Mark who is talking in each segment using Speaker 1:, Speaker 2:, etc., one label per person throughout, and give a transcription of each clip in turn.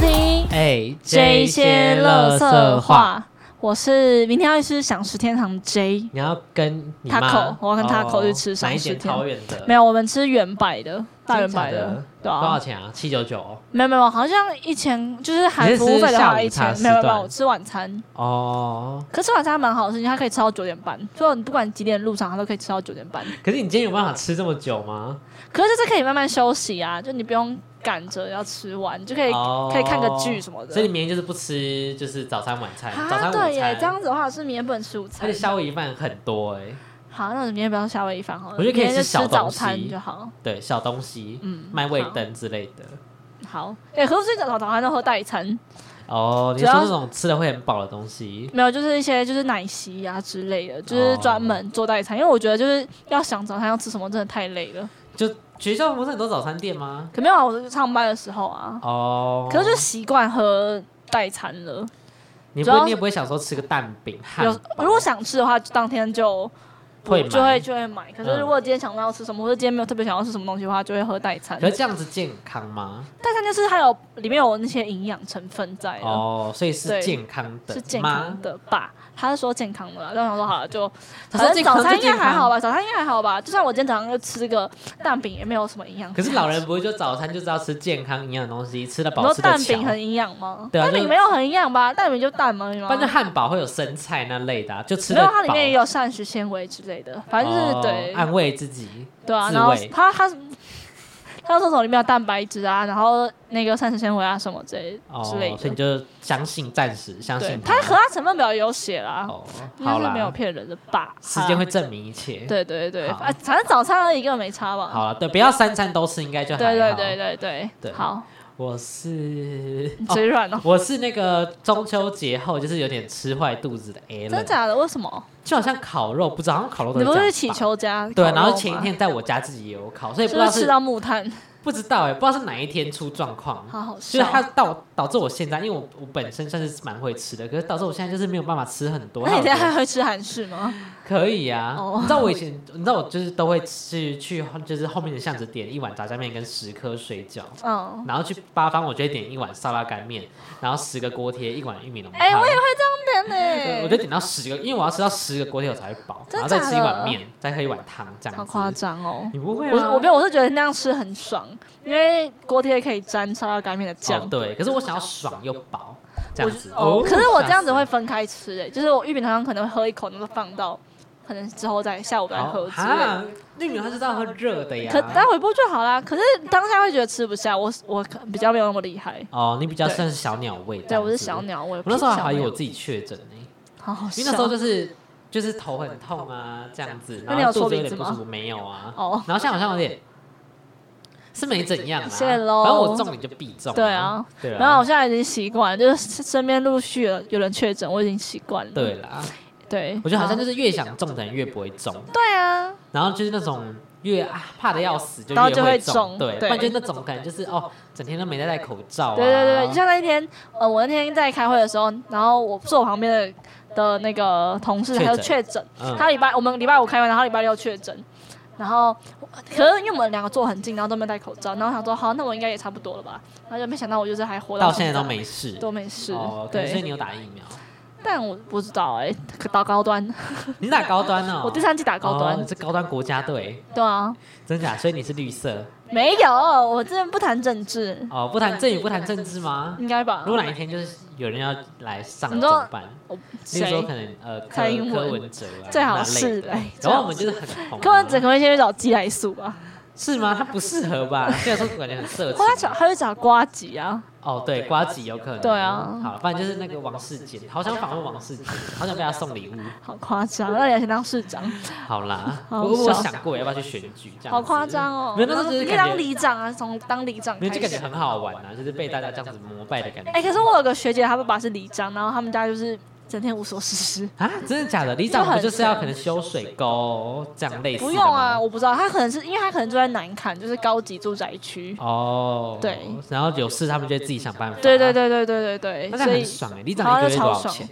Speaker 1: 为
Speaker 2: 哎这些垃圾
Speaker 1: 圾
Speaker 2: 话。我是明天要去享食天堂 J，
Speaker 1: 你要跟你
Speaker 2: Taco，
Speaker 1: 妈哦
Speaker 2: 我要跟 Taco 去吃
Speaker 1: 买
Speaker 2: 赏
Speaker 1: 一
Speaker 2: 识
Speaker 1: 点
Speaker 2: 天
Speaker 1: 桃园的，
Speaker 2: 没有，我们吃原版的，大
Speaker 1: 真
Speaker 2: 原
Speaker 1: 的
Speaker 2: 版
Speaker 1: 假的，
Speaker 2: 对
Speaker 1: 多少
Speaker 2: 啊，
Speaker 1: 钱啊？七九九
Speaker 2: 没有没有，好像一千，就是含
Speaker 1: 你是
Speaker 2: 服务费的
Speaker 1: 下午
Speaker 2: 话一
Speaker 1: 茶
Speaker 2: 千，
Speaker 1: 时
Speaker 2: 没有没有没
Speaker 1: 段
Speaker 2: 有，我吃晚餐，
Speaker 1: 哦。
Speaker 2: 可吃晚餐还蛮好的事情，它可以吃到九点半，所以你不管几点入场，它都可以吃到九点半。
Speaker 1: 可是你今天有办法吃这么久吗？
Speaker 2: 可是这次可以慢慢休息啊，就你不用赶着要吃完，你就可以、
Speaker 1: 哦
Speaker 2: 可以看个剧什么的。
Speaker 1: 所以你明天就是不吃，就是早餐、晚餐、早
Speaker 2: 啊，
Speaker 1: 餐、午
Speaker 2: 对耶
Speaker 1: 餐，，
Speaker 2: 这样子的话是明天不能吃午
Speaker 1: 而
Speaker 2: 餐
Speaker 1: 且。夏威夷饭很多哎、
Speaker 2: 好，那我们明天不要夏威夷饭好了，
Speaker 1: 我觉得可以
Speaker 2: 明天
Speaker 1: 吃
Speaker 2: 就
Speaker 1: 小
Speaker 2: 吃早
Speaker 1: 东西
Speaker 2: 餐就好。
Speaker 1: 对，小东西，
Speaker 2: 嗯
Speaker 1: 卖味
Speaker 2: 好
Speaker 1: 灯之类的。
Speaker 2: 好，哎、可是最早早餐都喝代餐，
Speaker 1: 哦，你
Speaker 2: 主
Speaker 1: 说
Speaker 2: 要
Speaker 1: 这种吃了会很饱的东西，
Speaker 2: 没有就是一些就是奶昔啊之类的，就是
Speaker 1: 哦
Speaker 2: 专门做代餐，因为我觉得就是要想早餐要吃什么真的太累了。
Speaker 1: 就学校不是很多早餐店吗？
Speaker 2: 可没有啊，我就上班的时候啊，
Speaker 1: 哦，
Speaker 2: 可是就习惯喝代餐了。
Speaker 1: 你
Speaker 2: 主
Speaker 1: 不
Speaker 2: 要
Speaker 1: 会你也不会想说吃个蛋饼、汉
Speaker 2: 有
Speaker 1: 堡
Speaker 2: 如果想吃的话，就当天就不
Speaker 1: 会
Speaker 2: 就
Speaker 1: 买嗯
Speaker 2: 会就会买。可是如果今天想到要吃什么，或者今天没有特别想要吃什么东西的话，就会喝代餐。
Speaker 1: 可是这样子健康吗？
Speaker 2: 代餐就是它有里面有那些营养成分在的，
Speaker 1: 哦，所以是
Speaker 2: 对
Speaker 1: 健康的，
Speaker 2: 是健康。的吧？他是说健康的啦，但我想说好了，就
Speaker 1: 他
Speaker 2: 反
Speaker 1: 说
Speaker 2: 正
Speaker 1: 健康
Speaker 2: 早餐
Speaker 1: 就
Speaker 2: 应该
Speaker 1: 健
Speaker 2: 还好
Speaker 1: 康。
Speaker 2: 吧，早餐应该还好吧。就算我今天早上就吃个蛋饼，也没有什么营养。
Speaker 1: 可是老人不会就早餐就知道吃健康营养的东西，吃得
Speaker 2: 你
Speaker 1: 饱
Speaker 2: 说
Speaker 1: 吃得
Speaker 2: 蛋
Speaker 1: 巧
Speaker 2: 饼。很营养吗？
Speaker 1: 对啊
Speaker 2: 蛋
Speaker 1: 就
Speaker 2: 饼没有很营养吧？蛋饼就蛋而已嘛。
Speaker 1: 反正汉堡会有生菜那类的啊、就吃
Speaker 2: 没
Speaker 1: 得
Speaker 2: 有，
Speaker 1: 饱。
Speaker 2: 它里面也有膳食纤维之类的，反正就是、
Speaker 1: 哦
Speaker 2: 对
Speaker 1: 安慰自己。
Speaker 2: 对啊，
Speaker 1: 自
Speaker 2: 然后
Speaker 1: 慰
Speaker 2: 它它它说什么里面有蛋白质啊，然后那个膳食纤维啊什么之类
Speaker 1: 哦，
Speaker 2: 之类
Speaker 1: 所
Speaker 2: 的
Speaker 1: 以你。就相信暂时相
Speaker 2: 对
Speaker 1: 信，
Speaker 2: 它和它成分表有写啦，
Speaker 1: 哦，
Speaker 2: 应该
Speaker 1: 好
Speaker 2: 是没有
Speaker 1: 啦，
Speaker 2: 骗人的吧？
Speaker 1: 时间
Speaker 2: 哈
Speaker 1: 会证明一切。
Speaker 2: 对对对，
Speaker 1: 好
Speaker 2: 反反正早餐而已，根本没差吧？
Speaker 1: 好了，对，不要三餐都吃，应该就还好。
Speaker 2: 对对对对对，
Speaker 1: 对
Speaker 2: 好，
Speaker 1: 我是
Speaker 2: 你
Speaker 1: 哦，
Speaker 2: 嘴软哦，
Speaker 1: 我是那个中秋节后就是有点吃坏肚子的 A
Speaker 2: 真
Speaker 1: 了，
Speaker 2: 假的？为什么？
Speaker 1: 就好像烤肉，不知道好像烤肉都
Speaker 2: 你不
Speaker 1: 这样
Speaker 2: 是
Speaker 1: 吧
Speaker 2: 祈求家？
Speaker 1: 对，然后前一。天在我家自己也有烤，所以不
Speaker 2: 是不
Speaker 1: 知道
Speaker 2: 是
Speaker 1: 是
Speaker 2: 吃到木炭？
Speaker 1: 不知道哎、不知道是哪一天出状况，
Speaker 2: 好好
Speaker 1: 就是
Speaker 2: 笑。
Speaker 1: 它导导致我现在，因为我我本身算是蛮会吃的，可是导致我现在就是没有办法吃很多。
Speaker 2: 那你现在
Speaker 1: 还有
Speaker 2: 还会吃韩式吗？
Speaker 1: 可以啊，
Speaker 2: 哦
Speaker 1: 你知道我以前，你知道我就是都会去去就是后面的巷子点一碗炸酱面跟十颗水饺，
Speaker 2: 嗯，
Speaker 1: 然后去八方我就会点一碗沙拉干面，然后十个锅贴，一碗玉米浓汤。
Speaker 2: 哎我也真
Speaker 1: 对
Speaker 2: 的
Speaker 1: 我
Speaker 2: 呢，
Speaker 1: 就点到十个，因为我要吃到十个锅贴我才会饱，
Speaker 2: 真
Speaker 1: 然
Speaker 2: 的
Speaker 1: 后
Speaker 2: 假的
Speaker 1: 再吃一碗面，再喝一碗汤这样子。
Speaker 2: 好夸张哦。
Speaker 1: 你不会啊？
Speaker 2: 我我没有，我是觉得那样吃很爽，因为锅贴可以沾沙拉干面的酱。
Speaker 1: 哦，对，可是我想要爽又饱这样子。
Speaker 2: 哦，可是我这样子会
Speaker 1: 吓死
Speaker 2: 分开吃诶、就是我玉米浓汤可能会喝一口，然后放到可能之后再下午再喝
Speaker 1: 哦
Speaker 2: 之类的。
Speaker 1: 哈，玉米它是要喝热的呀。
Speaker 2: 可待回锅就好啦。可是当下会觉得吃不下，我我可比较没有那么厉害。
Speaker 1: 哦，你比较
Speaker 2: 对
Speaker 1: 算是小鸟胃。
Speaker 2: 对，我是小。鸟胃。
Speaker 1: 啊我那时候
Speaker 2: 屁小
Speaker 1: 还以为
Speaker 2: 鸟
Speaker 1: 我自己确诊呢，
Speaker 2: 好好笑。
Speaker 1: 因为那时候就是就是头很痛啊这样子，
Speaker 2: 那
Speaker 1: 然
Speaker 2: 你
Speaker 1: 后
Speaker 2: 有
Speaker 1: 肚
Speaker 2: 搓
Speaker 1: 子有
Speaker 2: 鼻
Speaker 1: 点
Speaker 2: 子
Speaker 1: 不
Speaker 2: 吗
Speaker 1: 舒服，没有啊。
Speaker 2: 哦，
Speaker 1: 然后现在好像有点是没怎样啦，啊
Speaker 2: 谢
Speaker 1: 反
Speaker 2: 咯
Speaker 1: 正我中你就必中。
Speaker 2: 对啊，
Speaker 1: 对
Speaker 2: 然后
Speaker 1: 啊
Speaker 2: 我，现在已经习惯，就是身边陆续有有人确诊，我已经习惯了。
Speaker 1: 对啦，
Speaker 2: 对，
Speaker 1: 我觉得好
Speaker 2: 然
Speaker 1: 像
Speaker 2: 后
Speaker 1: 就是越想中的人越不会中，
Speaker 2: 对啊，
Speaker 1: 然后就是那种越啊怕的要死就
Speaker 2: 然后
Speaker 1: 越
Speaker 2: 就
Speaker 1: 会
Speaker 2: 会
Speaker 1: 中，
Speaker 2: 中
Speaker 1: 对，不
Speaker 2: 对
Speaker 1: 然就是那种感觉就是哦，整天都没在戴口罩啊。
Speaker 2: 对对对对，就像那一天，呃，我那天在开会的时候，然后我坐我旁边的的那个同事，
Speaker 1: 确诊
Speaker 2: 他就确诊，
Speaker 1: 嗯
Speaker 2: 他礼拜我们礼拜五开会，然后礼拜六确诊，然后可是因为我们两个坐很近，然后都没有戴口罩，然后想说好，那我应该也差不多了吧，然后就没想到我就是还活
Speaker 1: 到现
Speaker 2: 现
Speaker 1: 在都没事。
Speaker 2: 都没事，
Speaker 1: 哦，可能所以
Speaker 2: 对，
Speaker 1: 你有打疫苗，
Speaker 2: 但我不知道哎、可打高端，
Speaker 1: 你打高端哦，
Speaker 2: 我第三季打高端，
Speaker 1: 哦你是高端国家队，
Speaker 2: 对啊，
Speaker 1: 真假？所以你是绿色
Speaker 2: 没有，我这边不谈政治，
Speaker 1: 哦，不谈政语，不谈政治吗？
Speaker 2: 应该吧
Speaker 1: 如？果哪一天就是有人要来上
Speaker 2: 你
Speaker 1: 怎
Speaker 2: 说
Speaker 1: 么办？
Speaker 2: 我
Speaker 1: 例如说
Speaker 2: 谁
Speaker 1: 可？能呃柯
Speaker 2: 蔡英文
Speaker 1: 柯文哲啊
Speaker 2: 最好
Speaker 1: 那类
Speaker 2: 是
Speaker 1: 的
Speaker 2: 哎，
Speaker 1: 然后我们就是很红啊，
Speaker 2: 柯文哲可不可以先去找鸡来素吧？
Speaker 1: 是吗？他不适合吧？ 虽然说感觉很色情
Speaker 2: 或，者他找他去找瓜吉啊，
Speaker 1: 哦，对，瓜子有可能。
Speaker 2: 对啊
Speaker 1: 好，不然就是那个王世坚，好想访问王世坚，好想被他送礼物。
Speaker 2: 好夸张！那你还想当市长，
Speaker 1: 好啦，
Speaker 2: 好
Speaker 1: 我我
Speaker 2: 笑
Speaker 1: 想过要不要去选举，这样子
Speaker 2: 好夸张哦！
Speaker 1: 没有，那时候就是
Speaker 2: 你可以当
Speaker 1: 感觉，
Speaker 2: 里长啊，从当里长
Speaker 1: 没
Speaker 2: 开
Speaker 1: 有就感觉
Speaker 2: 始。
Speaker 1: 很好玩啊，就是被大家这样子膜拜的感觉。
Speaker 2: 哎，可是我有个学姐，她爸爸是里长，然后他们家就是整天无所事事。
Speaker 1: 啊，真的假的？里
Speaker 2: 就
Speaker 1: 长
Speaker 2: 很
Speaker 1: 不就是要可能修水沟这样类似？
Speaker 2: 不用啊，。我不知道，她可能是因为她可能住在南坎，就是高级住宅区。
Speaker 1: 哦，
Speaker 2: 对，
Speaker 1: 然后有事他们就会自己想办法。
Speaker 2: 对对，对对对对
Speaker 1: 啊
Speaker 2: 对，
Speaker 1: 那这
Speaker 2: 所
Speaker 1: 样很
Speaker 2: 以
Speaker 1: 爽哎！里长一个月多少钱？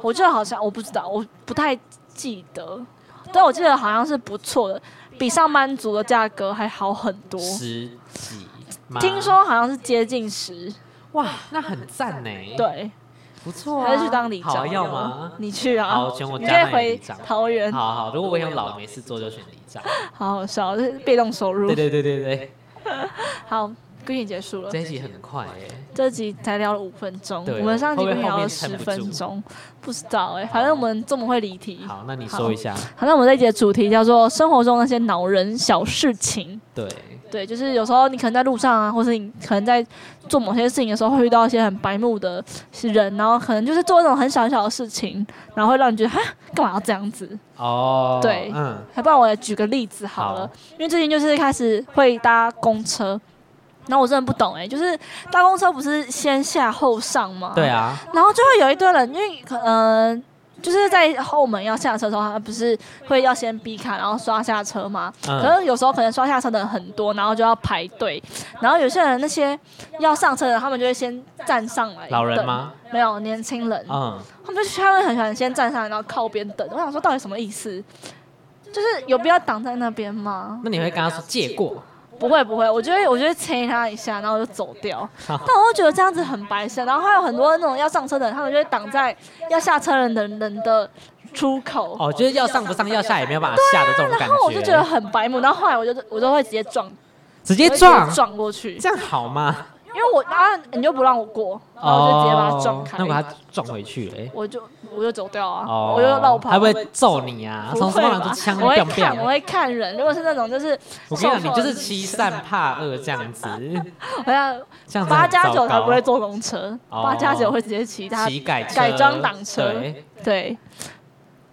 Speaker 2: 我记得好像我不知道，我不太记得，但我记得好像是不错的，比上班族的价格还好很多。
Speaker 1: 十几吗？
Speaker 2: 听说好像是接近十，
Speaker 1: 哇，那很赞呢，，
Speaker 2: 对，
Speaker 1: 不错啊，
Speaker 2: 还是去当里
Speaker 1: 好啊
Speaker 2: 长
Speaker 1: 要吗？
Speaker 2: 你去啊
Speaker 1: 好，，选我
Speaker 2: 你
Speaker 1: 家
Speaker 2: 可以
Speaker 1: 那个
Speaker 2: 回
Speaker 1: 里长。
Speaker 2: 桃 园，
Speaker 1: 好好，如果我有老没事做就选里长。
Speaker 2: 好好笑，这是被动收入
Speaker 1: 对。对对对对，
Speaker 2: 好，归你结束了
Speaker 1: 这。一集很快哎，
Speaker 2: 这集才聊了五分钟，
Speaker 1: 对
Speaker 2: 我们上集
Speaker 1: 会不会
Speaker 2: 聊
Speaker 1: 后
Speaker 2: 了
Speaker 1: 面
Speaker 2: 十
Speaker 1: 撑不
Speaker 2: 分
Speaker 1: 住
Speaker 2: 钟，不知道哎、反正我们这么会离题。
Speaker 1: 好，那你说一下，
Speaker 2: 好，那我们这一集的主题叫做生活中那些恼人小事情。
Speaker 1: 对，
Speaker 2: 对，就是有时候你可能在路上啊，或是你可能在做某些事情的时候，会遇到一些很白目的人，然后可能就是做那种很小很小的事情，然后会让你觉得哈，干嘛要这样子？
Speaker 1: 哦，
Speaker 2: 对
Speaker 1: 嗯，
Speaker 2: 还不然我也举个例子好了，
Speaker 1: 好
Speaker 2: 因为最近就是开始会搭公车，然后我真的不懂哎、就是搭公车不是先下后上吗？
Speaker 1: 对啊，
Speaker 2: 然后就会有一堆人，因为可呃，就是在后门要下车的时候，他不是会要先逼卡，然后刷下车吗？可
Speaker 1: 嗯，
Speaker 2: 是有时候可能刷下车的人很多，然后就要排队。然后有些人那些要上车的人，他们就会先站上来。
Speaker 1: 老人？吗？
Speaker 2: 没有，年轻人，
Speaker 1: 嗯，
Speaker 2: 他们就他们很喜欢先站上来，然后靠边等。我想说，到底什么意思？就是有必要挡在那边吗？
Speaker 1: 那你会跟他说借过？
Speaker 2: 不会不会，我就会我就会催他一下，然后我就走掉。但我就觉得这样子很白痴。然后还有很多那种要上车的人，他们就会挡在要下车人的人的出口。
Speaker 1: 哦，就是要上不上，要下也没有办法下的这种感
Speaker 2: 啊然后我就觉得
Speaker 1: 觉，
Speaker 2: 很白目，然后后来我就我就会直接撞，
Speaker 1: 直
Speaker 2: 我
Speaker 1: 接
Speaker 2: 会直接
Speaker 1: 撞，
Speaker 2: 撞过去，
Speaker 1: 这样好吗？
Speaker 2: 因为我啊你就不让我过， 然后我就直接把他撞
Speaker 1: 哦那我把
Speaker 2: 开，
Speaker 1: 他撞回去，哎，
Speaker 2: 我就我就走掉啊，
Speaker 1: 哦，
Speaker 2: 我就绕跑。
Speaker 1: 还不会揍你啊？
Speaker 2: 不
Speaker 1: 从
Speaker 2: 会
Speaker 1: 什么拿
Speaker 2: 吧
Speaker 1: 出？枪
Speaker 2: 我会
Speaker 1: ，biang
Speaker 2: 看，我
Speaker 1: biang？
Speaker 2: 会看人。如果是那种就是
Speaker 1: 我跟你讲，
Speaker 2: 受
Speaker 1: 你就
Speaker 2: 挫
Speaker 1: 是欺善怕恶这样子，
Speaker 2: 好像
Speaker 1: 这样子
Speaker 2: 八
Speaker 1: 很
Speaker 2: 加
Speaker 1: 糟
Speaker 2: 九才
Speaker 1: 糕
Speaker 2: 不会坐公车，
Speaker 1: 哦
Speaker 2: 八加九会直接骑他。
Speaker 1: 骑改
Speaker 2: 改
Speaker 1: 车
Speaker 2: 装挡车
Speaker 1: 对，
Speaker 2: 对，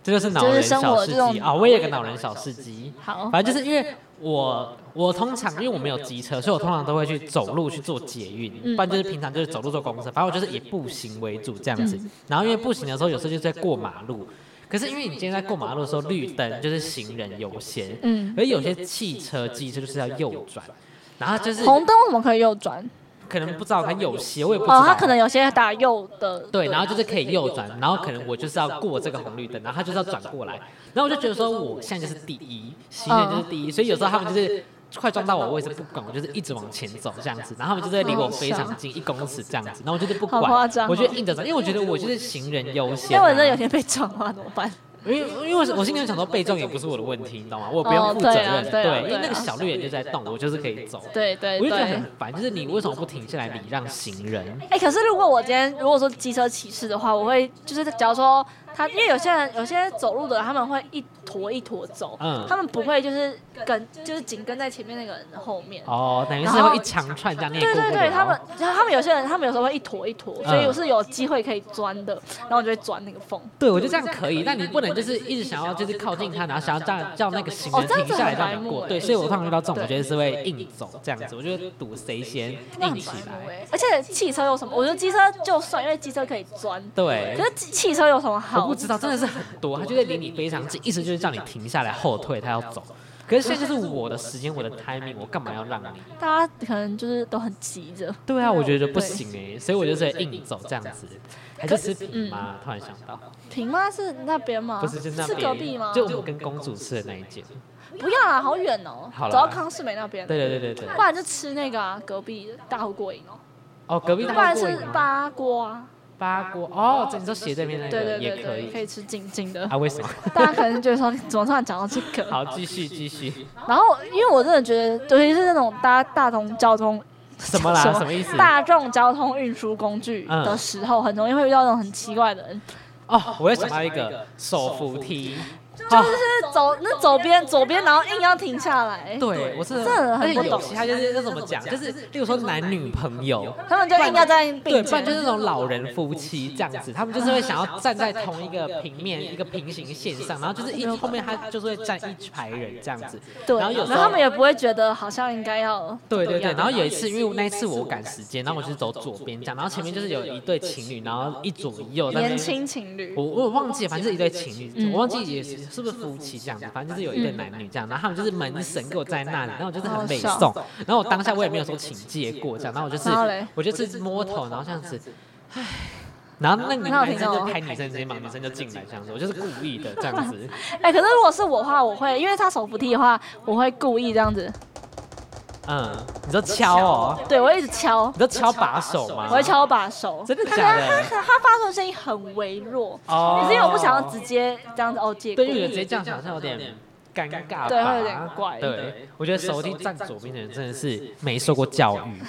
Speaker 1: 这就是恼
Speaker 2: 就是
Speaker 1: 人
Speaker 2: 生
Speaker 1: 小
Speaker 2: 活
Speaker 1: 事
Speaker 2: 这种
Speaker 1: 迹啊！我也有个恼人小事迹，
Speaker 2: 好，
Speaker 1: 反正就是因为我我通常因为我没有机车，所以我通常都会去走路去做捷
Speaker 2: 嗯
Speaker 1: 运，不然就是平常就是走路坐公车，反正我就是以步行为主这样子。
Speaker 2: 嗯
Speaker 1: 然后因为步行的时候，有时候就是在过马路，可是因为你今天在过马路的时候，绿灯就是行人优先，
Speaker 2: 嗯，
Speaker 1: 而有些汽车机车就是要右转，然后就是
Speaker 2: 红灯为什么可以右转？
Speaker 1: 可能不知道它有些，我也不知道。
Speaker 2: 哦，他可能有些打右的，
Speaker 1: 对，然后就是可以右转，然后可能我就是要过这个红绿灯，然后他就是要转过来，然后我就觉得说我现在就是第一，行人就是第
Speaker 2: 嗯
Speaker 1: 一，所以有时候他们就是快撞到我，我也是不管，我就是一直往前走这样子，然后他们就在离我非常近一公尺这样子，然后我就是不
Speaker 2: 好夸
Speaker 1: 管
Speaker 2: 张哦，
Speaker 1: 我就硬着走，因为我觉得我就是行人优
Speaker 2: 因
Speaker 1: 先
Speaker 2: 为我真的有
Speaker 1: 啊，
Speaker 2: 天被撞的话怎么办？
Speaker 1: 因为因为我是我心里想说被撞也不是我的问题，你懂吗？我不用
Speaker 2: 哦
Speaker 1: 负
Speaker 2: 对
Speaker 1: 责
Speaker 2: 啊
Speaker 1: 任，
Speaker 2: 对啊对啊
Speaker 1: 因为那个小绿人就在动，我就是可以走，
Speaker 2: 对对
Speaker 1: 我就觉得
Speaker 2: 对
Speaker 1: 很。烦，就是你为什么不停下来礼让行人？
Speaker 2: 哎、可是如果我今天如果说机车骑士的话，我会就是假如说他，因为有些人有些走路的人他们会一坨一坨走，
Speaker 1: 嗯
Speaker 2: 他们不会就是跟就是紧跟在前面那个人的后面。
Speaker 1: 哦，等于是
Speaker 2: 然后
Speaker 1: 会一长串这样念
Speaker 2: 对
Speaker 1: 过不
Speaker 2: 对对，
Speaker 1: 了
Speaker 2: 他们他们有些人他们有时候会一坨一坨，
Speaker 1: 嗯
Speaker 2: 所以我是有机会可以钻的，然后我就会钻那个缝。
Speaker 1: 对，我觉得这样可以，但你不能就是一直想要就是靠近他，然后想要叫叫那个行
Speaker 2: 哦
Speaker 1: 人
Speaker 2: 这样
Speaker 1: 停
Speaker 2: 子
Speaker 1: 下来
Speaker 2: 很白
Speaker 1: 让你
Speaker 2: 目
Speaker 1: 过。
Speaker 2: 欸
Speaker 1: 对，所以我通常遇到这种，
Speaker 2: 对
Speaker 1: 我觉得是会硬走这样子，我觉得赌谁先
Speaker 2: 那
Speaker 1: 硬
Speaker 2: 很
Speaker 1: 起
Speaker 2: 白目
Speaker 1: 来。
Speaker 2: 欸而且汽车有什么？我觉得机车就算，因为机车可以钻。
Speaker 1: 对
Speaker 2: 可，是汽汽车有什么
Speaker 1: 哎我
Speaker 2: 好？
Speaker 1: 不知道，真的是很多，他就在离你非常近，意思就是叫你停下来后退，他要走。可是现在就是我的时间，我的 timing，我干嘛要让你？
Speaker 2: 大家可能就是都很急着。
Speaker 1: 对啊，我觉得不行哎、所以我就是会硬走这样子。还是吃饼吗？突然想到，
Speaker 2: 平吗？是那边吗？
Speaker 1: 不是就那
Speaker 2: 是
Speaker 1: 边
Speaker 2: 隔壁吗？
Speaker 1: 就我们跟公主吃的那一间。
Speaker 2: 不要啊，好远哦、
Speaker 1: 好啦
Speaker 2: 走到康世美那边。
Speaker 1: 对对对对对。
Speaker 2: 不然就吃那个啊，隔壁的大户过瘾哦、
Speaker 1: 哦，隔壁
Speaker 2: 不
Speaker 1: 大
Speaker 2: 然
Speaker 1: 锅
Speaker 2: 是八锅啊，
Speaker 1: 八锅哦，这你说斜对面那
Speaker 2: 对
Speaker 1: 个
Speaker 2: 对
Speaker 1: 也
Speaker 2: 对
Speaker 1: 可
Speaker 2: 对，可
Speaker 1: 以
Speaker 2: 以吃静静的。
Speaker 1: 啊？为什么？
Speaker 2: 大家可能觉得说，怎么突然讲到这个？
Speaker 1: 好，继续继续，
Speaker 2: 然后，因为我真的觉得，尤其是那种搭大众交通
Speaker 1: 什 么啦？
Speaker 2: 什么
Speaker 1: 什么意思？
Speaker 2: 大众交通运输工具
Speaker 1: 嗯
Speaker 2: 的时候，很容易会遇到那种很奇怪的人，
Speaker 1: 哦，我又想到一个手扶梯，
Speaker 2: 就
Speaker 1: 哦，
Speaker 2: 是走那走边走边，然后硬要停下来，
Speaker 1: 对，我
Speaker 2: 这
Speaker 1: 是
Speaker 2: 人
Speaker 1: 而
Speaker 2: 很
Speaker 1: 且
Speaker 2: 不
Speaker 1: 有
Speaker 2: 懂，
Speaker 1: 些他就是那怎么讲，就是例如说男女朋友，
Speaker 2: 他们就硬要在
Speaker 1: 对，
Speaker 2: 并
Speaker 1: 不然就是
Speaker 2: 肩。
Speaker 1: 那种老人夫妻这样子，他们就是会想要站在同一个平面、一个平行线上，然后就是一后面他就是会站一排人这样子，
Speaker 2: 对，
Speaker 1: 然后有时候
Speaker 2: 他们也不会觉得好像应该要
Speaker 1: 对对对，然后有一次，因为那一次我赶时间，然后我就是走左边这样，然后前面就是有一对情侣，然后一左一右在那
Speaker 2: 年
Speaker 1: 边
Speaker 2: 轻情侣
Speaker 1: 我。我忘记了，反正是一对情侣，
Speaker 2: 嗯
Speaker 1: 我忘记也是是不是夫妻这样子，反正就是有一对男女这样，然后他们就是门神给我在那里，然后我就是很美
Speaker 2: 好
Speaker 1: 送，然后我当下我也没有说请借过这样，然后我就是
Speaker 2: 然后嘞，
Speaker 1: 我就是摸头，然后这样子，然后那个
Speaker 2: 那好
Speaker 1: 男
Speaker 2: 听
Speaker 1: 生
Speaker 2: 哦
Speaker 1: 就拍女生肩膀，女生就进来这样子，我就是故意的这样子，
Speaker 2: 哎、可是如果是我的话，我会，因为他手扶梯的话，我会故意这样子，
Speaker 1: 嗯，你说敲哦，
Speaker 2: 对我一直敲
Speaker 1: 你，说敲把手吗？
Speaker 2: 我会敲把手，
Speaker 1: 啊真的
Speaker 2: 他
Speaker 1: 假的
Speaker 2: 他他他发出的声音很微弱，
Speaker 1: 哦，
Speaker 2: 可是因为我不想要直接这样子哦借
Speaker 1: 对，
Speaker 2: 过
Speaker 1: 因为我觉得直接这样想象有点尴尬吧，
Speaker 2: 对会有点怪
Speaker 1: 对，我觉得手机站左边的人真的是没受过教育，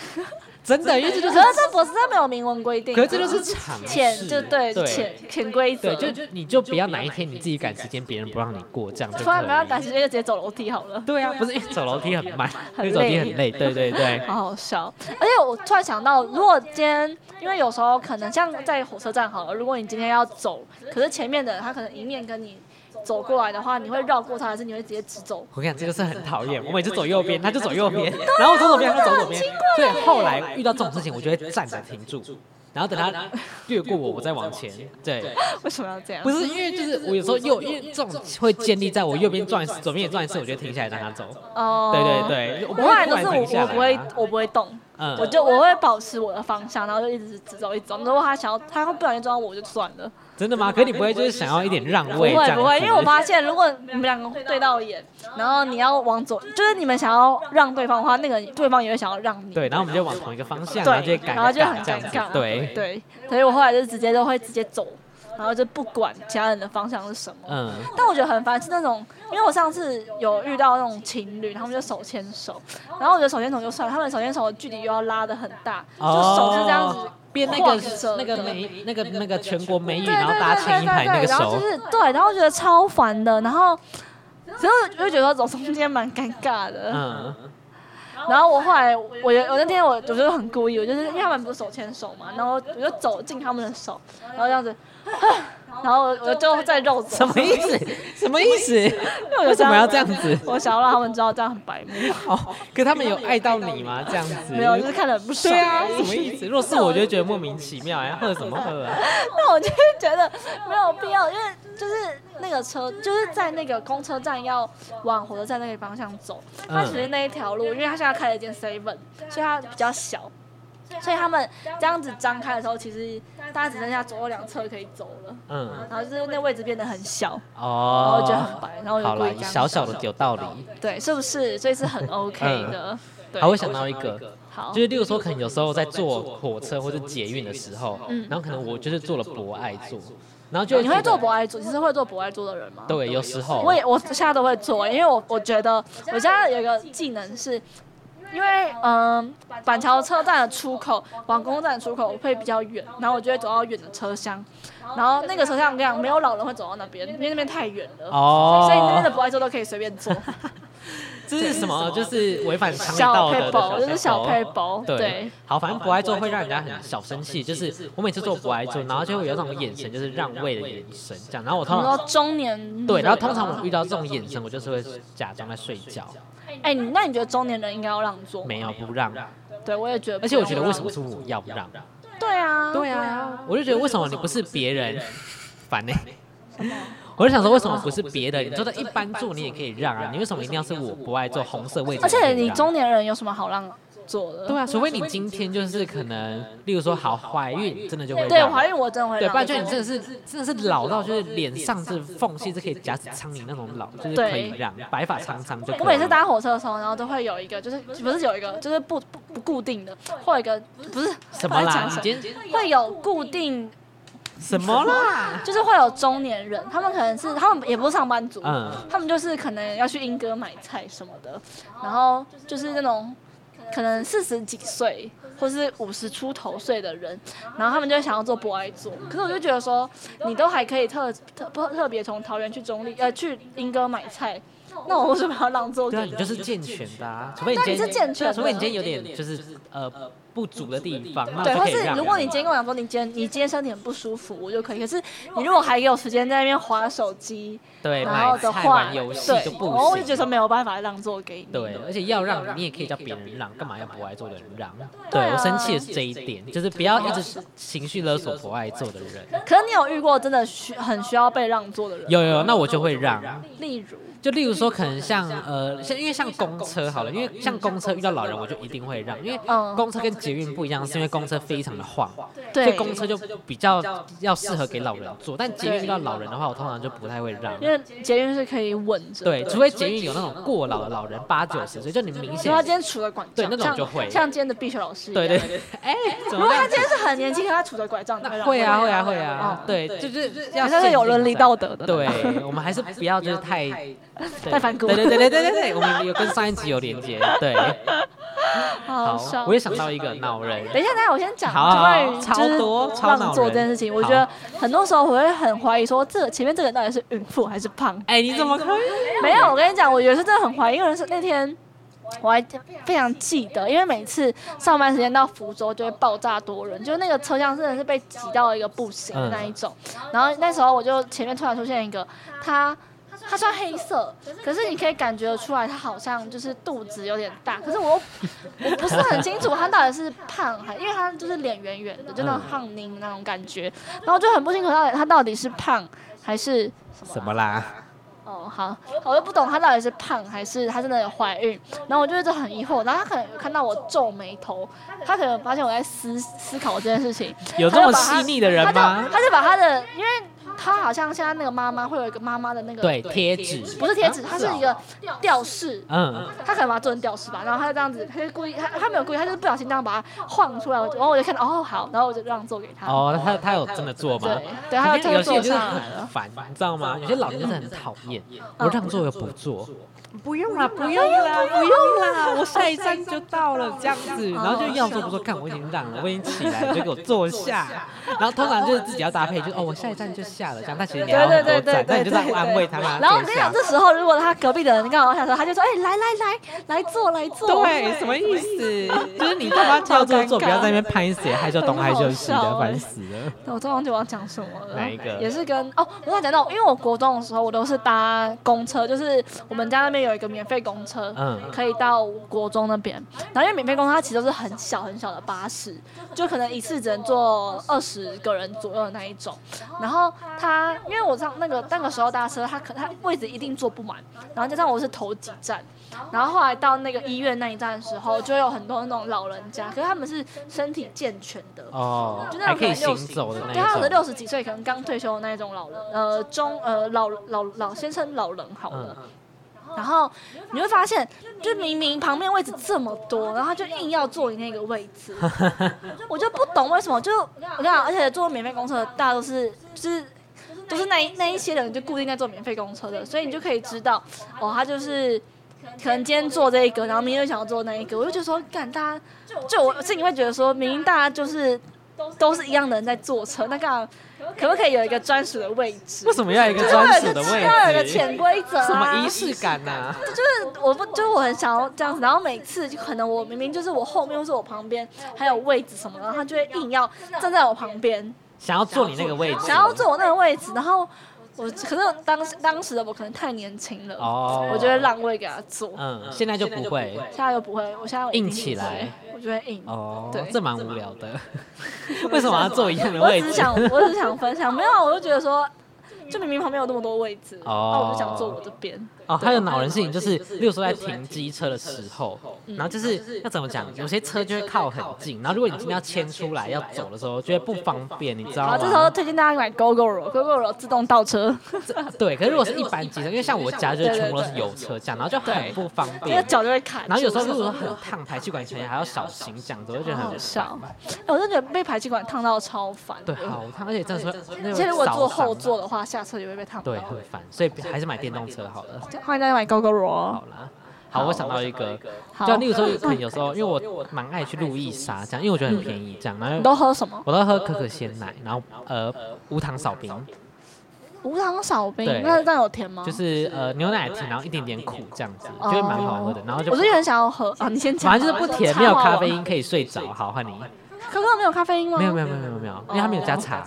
Speaker 1: 真的，因为这就
Speaker 2: 可
Speaker 1: 是，
Speaker 2: 是这不是这没有明文规定啊，
Speaker 1: 可是这就是常
Speaker 2: 潜
Speaker 1: 识，
Speaker 2: 就对潜潜规则
Speaker 1: 对，，就就你就不要哪一天你自己赶时间，别人不让你过，这样就
Speaker 2: 突然不要
Speaker 1: 可以
Speaker 2: 赶时间就直接走楼梯好了。
Speaker 1: 对啊，不是因为走楼梯很慢，因
Speaker 2: 很
Speaker 1: 为走楼梯
Speaker 2: 累
Speaker 1: 很累，对对对，
Speaker 2: 好好笑。而且我突然想到，如果今天，因为有时候可能像在火车站好了，如果你今天要走，可是前面的人他可能迎面跟你走过来的话，你会绕过他，还是你会直接直走？
Speaker 1: 我跟你讲，这就是很讨厌。我每次走右边，他就走右边，然后我走左边，他就走左边。所以啊后来遇到这种事情，我就会站着停住，然后等他越过我，我再往前。对，
Speaker 2: 为什么要这样？
Speaker 1: 不是因为就是我有时候右，因为这种会建立在我右边撞一次，左边也撞一次，我就停下来让他走。
Speaker 2: 哦，
Speaker 1: 对对。对，我不
Speaker 2: 不
Speaker 1: 会
Speaker 2: 然
Speaker 1: 突
Speaker 2: 就
Speaker 1: 然
Speaker 2: 是
Speaker 1: 停
Speaker 2: 我
Speaker 1: 下
Speaker 2: 我不会
Speaker 1: 来啊。
Speaker 2: 我不会动，
Speaker 1: 嗯，
Speaker 2: 我就我会保持我的方向，然后就一直直走一直走。如果他想要，他会不小心撞到我就算了，
Speaker 1: 真的吗？可你不会就是想要一点让
Speaker 2: 不
Speaker 1: 位这
Speaker 2: 会
Speaker 1: 样
Speaker 2: 不会，
Speaker 1: 子
Speaker 2: 因为我发现如果你们两个对到眼，然后你要往左，就是你们想要让对方的话，那个对方也会想要让你。
Speaker 1: 对，然后我们就往同一个方向，
Speaker 2: 对
Speaker 1: 然后就会尴
Speaker 2: 然后就很
Speaker 1: 尬这样
Speaker 2: 尴尬
Speaker 1: 子。对，
Speaker 2: 对，所以我后来就直接都会直接走，然后就不管其他人的方向是什么。
Speaker 1: 嗯，
Speaker 2: 但我觉得很烦是那种，因为我上次有遇到那种情侣，他们就手牵手，然后我觉得手牵手就算了，他们手牵手的距离又要拉的很大，就手就这样子
Speaker 1: 哦。变那
Speaker 2: 晃
Speaker 1: 个
Speaker 2: 着
Speaker 1: 那个美那个那个全国美女，
Speaker 2: 对
Speaker 1: 然后
Speaker 2: 对
Speaker 1: 大家
Speaker 2: 对
Speaker 1: 牵一排那
Speaker 2: 对对
Speaker 1: 个
Speaker 2: 对，然
Speaker 1: 手
Speaker 2: 后就。是对，然后觉得超烦的，然后所以我就觉得走中间蛮尴尬的。
Speaker 1: 嗯，
Speaker 2: 然后我后来，我我我那天我我就很故意，我就是因为他们不是手牵手嘛，然后我就走进他们的手，然后这样子，然后我我就再绕走，
Speaker 1: 什么意思？什么意思？
Speaker 2: 因为我觉得
Speaker 1: 为
Speaker 2: 这
Speaker 1: 什
Speaker 2: 样
Speaker 1: 么要这样？子？
Speaker 2: 我想要让他们知道这样很白目，
Speaker 1: 哦，可他们有爱到你吗？这样子
Speaker 2: 没有，就是看得很不爽。
Speaker 1: 嗯对啊，什么意思？如果是我，就会觉得莫名其妙呀，喝什么喝啊？
Speaker 2: 那我就会觉得没有必要，因为就是那个车就是在那个公车站要往火车站那个方向走，
Speaker 1: 嗯
Speaker 2: 它其实那一条路，因为它现在开了一间 seven，所以它比较小，所以他们这样子张开的时候，其实大家只剩下左右两侧可以走了。
Speaker 1: 嗯，
Speaker 2: 然后就是那位置变得很小，然后
Speaker 1: 哦
Speaker 2: 就很白，然后有
Speaker 1: 好了
Speaker 2: 鬼，这
Speaker 1: 小
Speaker 2: 样，
Speaker 1: 小的有道理。
Speaker 2: 对，是不是？所以是很 OK 的。对
Speaker 1: 啊好，我想到一个，哦
Speaker 2: 好
Speaker 1: 就，是例如说，可能有时候在坐火车或者捷运的时候，
Speaker 2: 嗯
Speaker 1: 然后可能我就是坐了博爱座，然后嗯就会
Speaker 2: 你
Speaker 1: 觉
Speaker 2: 会
Speaker 1: 得
Speaker 2: 做博爱座，你是会做博爱座的人吗？
Speaker 1: 对，有时候
Speaker 2: 我也我现在都会做，因为我我觉得我现在有一个技能是，因为嗯、板桥车站的出口往公站的出口会比较远，然后我就会走到远的车厢，然后那个车厢我跟你讲，没有老人会走到那边，因为那边太远了。
Speaker 1: 哦，
Speaker 2: 所以那边的不爱坐都可以随便 坐，
Speaker 1: 这是什么？就是违反常理
Speaker 2: 小
Speaker 1: 道
Speaker 2: 配
Speaker 1: 德
Speaker 2: 包
Speaker 1: 的
Speaker 2: 就是小配包，
Speaker 1: 对
Speaker 2: 对，，
Speaker 1: 好，反正不爱做会让人家很小生气，就是我每次做不爱做，然后就会有那种眼神，就是让位的眼神这样。然后我
Speaker 2: 你
Speaker 1: 通
Speaker 2: 说
Speaker 1: 常
Speaker 2: 中年
Speaker 1: 对，然后通
Speaker 2: 人
Speaker 1: 常
Speaker 2: 吗
Speaker 1: 我遇到这种眼神，我就是会假装在睡觉，
Speaker 2: 哎，你那你觉得中年人应该要让座吗？
Speaker 1: 没有不让。
Speaker 2: 对，我也觉得不要让，
Speaker 1: 而且我觉得为什么是我要让？
Speaker 2: 对啊，
Speaker 1: 对啊，我就觉得为什么你不是别人？烦呢、我就想说，为什么不是别人？你坐在一般座你也可以让啊，你为什么一定要是我不爱坐红色位置
Speaker 2: 而
Speaker 1: 我可以让？
Speaker 2: 且你中年人有什么好让座的？
Speaker 1: 对啊，除非你今天就是可能，例如说好怀孕，真的就会
Speaker 2: 对，
Speaker 1: 让
Speaker 2: 怀孕我真的会
Speaker 1: 对，
Speaker 2: 让。
Speaker 1: 不然就你真的是真的是老到就是脸上这缝隙是可以夹死苍蝇那种老，就是
Speaker 2: 对
Speaker 1: 可以让白发苍苍就可以。
Speaker 2: 我每次搭火车的时候，然后都会有一个，就是不是有一个，就是不不不固定的，会有一个不是
Speaker 1: 什么
Speaker 2: 我在
Speaker 1: 啦
Speaker 2: 讲？什
Speaker 1: 你
Speaker 2: 么
Speaker 1: 今天
Speaker 2: 会有固定，
Speaker 1: 什 么啦？
Speaker 2: 就是会有中年人，他们可能是他们也不是上班族，
Speaker 1: 嗯，
Speaker 2: 他们就是可能要去英歌买菜什么的，然后就是那种可能四十几岁或是五十出头岁的人，然后他们就会想要做博爱座，可是我就觉得说，你都还可以特特不特别从桃园去中立呃去英歌买菜，那我为什么要让座给
Speaker 1: 对啊，你
Speaker 2: 你？
Speaker 1: 就是健全的啊，除非你
Speaker 2: 那
Speaker 1: 今
Speaker 2: 你是
Speaker 1: 天
Speaker 2: 健全
Speaker 1: 对
Speaker 2: 的
Speaker 1: 啊，除非你今天有点就是呃不足的地方，那
Speaker 2: 对，
Speaker 1: 就
Speaker 2: 或
Speaker 1: 可以
Speaker 2: 是
Speaker 1: 让啊
Speaker 2: 如果你今天跟我讲说你今天你今天身体很不舒服，我就可以。可是你如果还有时间在那边划手机，
Speaker 1: 对
Speaker 2: 然后
Speaker 1: 买
Speaker 2: 的
Speaker 1: 菜
Speaker 2: 话，
Speaker 1: 玩游
Speaker 2: 对，
Speaker 1: 戏就不
Speaker 2: 然后我就觉
Speaker 1: 行。
Speaker 2: 得没有办法让座给你。
Speaker 1: 对，而且要让你也可以叫别人让，干嘛要不爱做的人让？对
Speaker 2: 对啊
Speaker 1: 我生气的是这一点，就是不要一直情绪勒索不爱做的人。
Speaker 2: 可是你有遇过真的需很需要被让座的人吗？
Speaker 1: 有有，那我就会让。啊
Speaker 2: 例如，
Speaker 1: 就例如说，可能像呃，像因为像公车好了，因为像公车遇到老人，我就一定会让，因为
Speaker 2: 嗯
Speaker 1: 公车跟捷运不一样，是因为公车非常的晃，所以
Speaker 2: 对，
Speaker 1: 公车就比较要适合给老人坐。但捷运遇到老人的话，我通常就不太会让。
Speaker 2: 因为捷运是可以稳着，
Speaker 1: 对，除非捷运有那种过劳的老人，八九十岁，就你明
Speaker 2: 所
Speaker 1: 显
Speaker 2: 以他今天杵着拐杖，
Speaker 1: 对那种
Speaker 2: 像
Speaker 1: 就会
Speaker 2: 像今天的必修老师一样
Speaker 1: 对对，对，哎，怎
Speaker 2: 如
Speaker 1: 么
Speaker 2: 果他
Speaker 1: 这样
Speaker 2: 今？天是很年轻，可他杵着拐杖，你让
Speaker 1: 会啊
Speaker 2: 吗
Speaker 1: 会啊会啊
Speaker 2: 哦，
Speaker 1: 对，就是要
Speaker 2: 好像是有伦理
Speaker 1: 到。
Speaker 2: 道德的，
Speaker 1: 对，我们还是不要就是太对
Speaker 2: 太反骨
Speaker 1: 对对对对对对对，我们有跟上一集有连接。对，
Speaker 2: 好
Speaker 1: 好，
Speaker 2: 笑
Speaker 1: 我。也想到一个恼人。
Speaker 2: 等一下，等一下，我先讲
Speaker 1: 好好
Speaker 2: 关于
Speaker 1: 好
Speaker 2: 就
Speaker 1: 超
Speaker 2: 是
Speaker 1: 多超恼
Speaker 2: 让座这件
Speaker 1: 人
Speaker 2: 事情，我
Speaker 1: 好
Speaker 2: 觉得很多时候我会很怀疑说，这前面这个人到底是孕妇还是胖？
Speaker 1: 哎，你怎么可以？
Speaker 2: 没有，我跟你讲，我有时候真的很怀疑，因为是那天我还非常记得，因为每次上班时间到福州就会爆炸多人，就是那个车厢真的是被挤到一个不行的那一种。
Speaker 1: 嗯
Speaker 2: 然后那时候我就前面突然出现一个，他他穿黑色，可是你可以感觉得出来，他好像就是肚子有点大，可是我又我不是很清楚他到底是胖还，因为他就是脸圆圆的，就那种
Speaker 1: 嗯
Speaker 2: 胖宁那种感觉，然后就很不清楚他他到底是胖还是
Speaker 1: 什么啦？
Speaker 2: 哦，好，我又不懂她到底是胖还是她真的有怀孕，然后我就一直很疑惑，然后她可能有看到我皱眉头，她可能发现我在思思考这件事情，
Speaker 1: 有这么细腻的人
Speaker 2: 她就
Speaker 1: 吗？
Speaker 2: 她就把她的，因为她好像现在那个妈妈会有一个妈妈的那个，
Speaker 1: 对，，贴纸
Speaker 2: 不是贴纸，它是一个
Speaker 1: 哦
Speaker 2: 吊饰，
Speaker 1: 嗯，
Speaker 2: 她可能把它做成吊饰吧，然后她就这样子，她就故意，她她没有故意，她就是不小心这样把它晃出来，我就然后我就看到哦好，然后我就让座给她，
Speaker 1: 哦，他他有真的做吗
Speaker 2: 对？对，她
Speaker 1: 可是有
Speaker 2: 就
Speaker 1: 些
Speaker 2: 坐
Speaker 1: 人就是
Speaker 2: 上来了
Speaker 1: 很，烦，你知道吗？有些老人就是很讨厌，我
Speaker 2: 嗯
Speaker 1: 让座又不做，不用啦，不用啦，不用啦，我下一站就到了，这样
Speaker 2: 嗯
Speaker 1: 子，然后就要做不做，看我已经让了，我已经起来了，就给我 坐下。然后通常就是自己要搭配，就是哦，我下一站就下了，这样。但其实你还要
Speaker 2: 对
Speaker 1: 很
Speaker 2: 对
Speaker 1: 多
Speaker 2: 对
Speaker 1: 站，但
Speaker 2: 对
Speaker 1: 你就在安慰他嘛。
Speaker 2: 然后我跟你讲，这时候如果他隔壁的人刚好想说，他就说：“哎、来来来，来坐来坐。”
Speaker 1: 对，什么意思？ 就是你干嘛叫做做，不要在那边拍谁，害羞 东害羞西
Speaker 2: 很好笑
Speaker 1: 的，烦死了。
Speaker 2: 对我突然忘记我要讲什么了。
Speaker 1: 哪一个
Speaker 2: 也是跟哦，我刚才讲到，因为我国中的时候，我都是搭公车，就是我们家那边有一个免费公车，
Speaker 1: 嗯
Speaker 2: 可以到国中那边。然后因为免费公车它其实都是很小很小的巴士，就可能一次只能坐二十个人左右的那一种。然后它，因为我上那个那个时候搭车，它可它位置一定坐不满，然后加上我是头几站，然后后来到那个医院那一站的时候，就有很多那种老人家，可是他们是身体健全的，
Speaker 1: 哦
Speaker 2: 就，那
Speaker 1: 还
Speaker 2: 种
Speaker 1: 可以
Speaker 2: 可能六
Speaker 1: 行
Speaker 2: 十
Speaker 1: 走的那
Speaker 2: 对，他啊有
Speaker 1: 一
Speaker 2: 的
Speaker 1: 种。
Speaker 2: 六十几岁，可能刚退休的那一种老人，呃，中呃老老老先生老人好了。
Speaker 1: 嗯，
Speaker 2: 然后你会发现，就明明旁边位置这么多，然后他就硬要坐你那个位置， 我就不懂为什么。就我跟你讲，而且坐免费公车的大家都是就是。都是那一那一些人就固定在坐免费公车的，所以你就可以知道，哦，他就是可能今天坐这一个，然后明天又想要坐那一个，我就觉得说，干大家，就我心里会觉得说，明明大家就是都是一样的人在坐车，那干嘛可不可以有一个专属的位置
Speaker 1: 为？什么要有一个
Speaker 2: 就是要
Speaker 1: 专
Speaker 2: 有一
Speaker 1: 属
Speaker 2: 个
Speaker 1: 的
Speaker 2: 要有
Speaker 1: 位
Speaker 2: 一个
Speaker 1: 置？
Speaker 2: 潜规则、啊，
Speaker 1: 什么仪式感啊呐？
Speaker 2: 就是我不就是我很想要这样子，然后每次就可能我明明就是我后面或是我旁边还有位置什么的，然后他就会硬要站在我旁边，
Speaker 1: 想要坐你那个位置，
Speaker 2: 想要坐我那个位置，然后我可是当时当时的我可能太年轻了，
Speaker 1: 哦，
Speaker 2: 我就会让位给他坐，
Speaker 1: 嗯，现在就不会
Speaker 2: 现在又不会，我现在
Speaker 1: 硬起来，
Speaker 2: 我就会硬。
Speaker 1: 哦
Speaker 2: 对，
Speaker 1: 这蛮无聊的。为什么要坐一样的
Speaker 2: 我
Speaker 1: 位
Speaker 2: 只是
Speaker 1: 置？
Speaker 2: 想，我只是想分享，没有，啊我就觉得说，就明明旁边有那么多位置，那、
Speaker 1: 哦
Speaker 2: 我就想坐我这边。
Speaker 1: 哦，还有恼人事情就是，例如说在停机车的时候，然后就是要怎么讲，有些车就会靠很近，然后如果你今天要牵出来要走的时候，就会不方便，你知道
Speaker 2: 好，
Speaker 1: 吗？
Speaker 2: 这时候推荐大家买 GoGoRo，GoGoRo 自动倒车。
Speaker 1: 对，可是如果是一般机车，因为像我家就是全部都是油车这样，然后就很不方
Speaker 2: 那个
Speaker 1: 便。
Speaker 2: 脚就会卡住。
Speaker 1: 然后有时候如果说很烫，排气管前还要小心这样子，我就觉得
Speaker 2: 好
Speaker 1: 很
Speaker 2: 好笑。哎我真的觉得被排气管烫到超烦。
Speaker 1: 对，好烫，而且真的是会那
Speaker 2: 而
Speaker 1: 种
Speaker 2: 且如果
Speaker 1: 烧
Speaker 2: 坐后
Speaker 1: 伤
Speaker 2: 座的话，下车也会被烫到。
Speaker 1: 对，很烦，所以还是买电动车好了。
Speaker 2: 欢迎大家买 GoGo
Speaker 1: 好
Speaker 2: Ro。
Speaker 1: 啦，好，我想到一个，
Speaker 2: 好，
Speaker 1: 就例如说，
Speaker 2: 嗯
Speaker 1: 可能有时候因为我蛮爱去路易莎这样，因为我觉得很便宜这样，然
Speaker 2: 你
Speaker 1: 后
Speaker 2: 都喝什么？
Speaker 1: 我都喝可可鲜奶，然后呃无糖少冰，
Speaker 2: 无糖少冰
Speaker 1: 对，
Speaker 2: 那那有甜吗？
Speaker 1: 就是呃牛奶甜，然后一点点苦这样子，就会蛮好喝的，然后就
Speaker 2: 哦我最近很想要喝啊，你先讲。
Speaker 1: 反正就是不甜，
Speaker 2: 插
Speaker 1: 没有
Speaker 2: 话
Speaker 1: 咖
Speaker 2: 我
Speaker 1: 啡。因可以睡着。好，换你，
Speaker 2: 可可没有咖啡因吗？哦
Speaker 1: 没有没有没有没有没有，因为它没有加茶，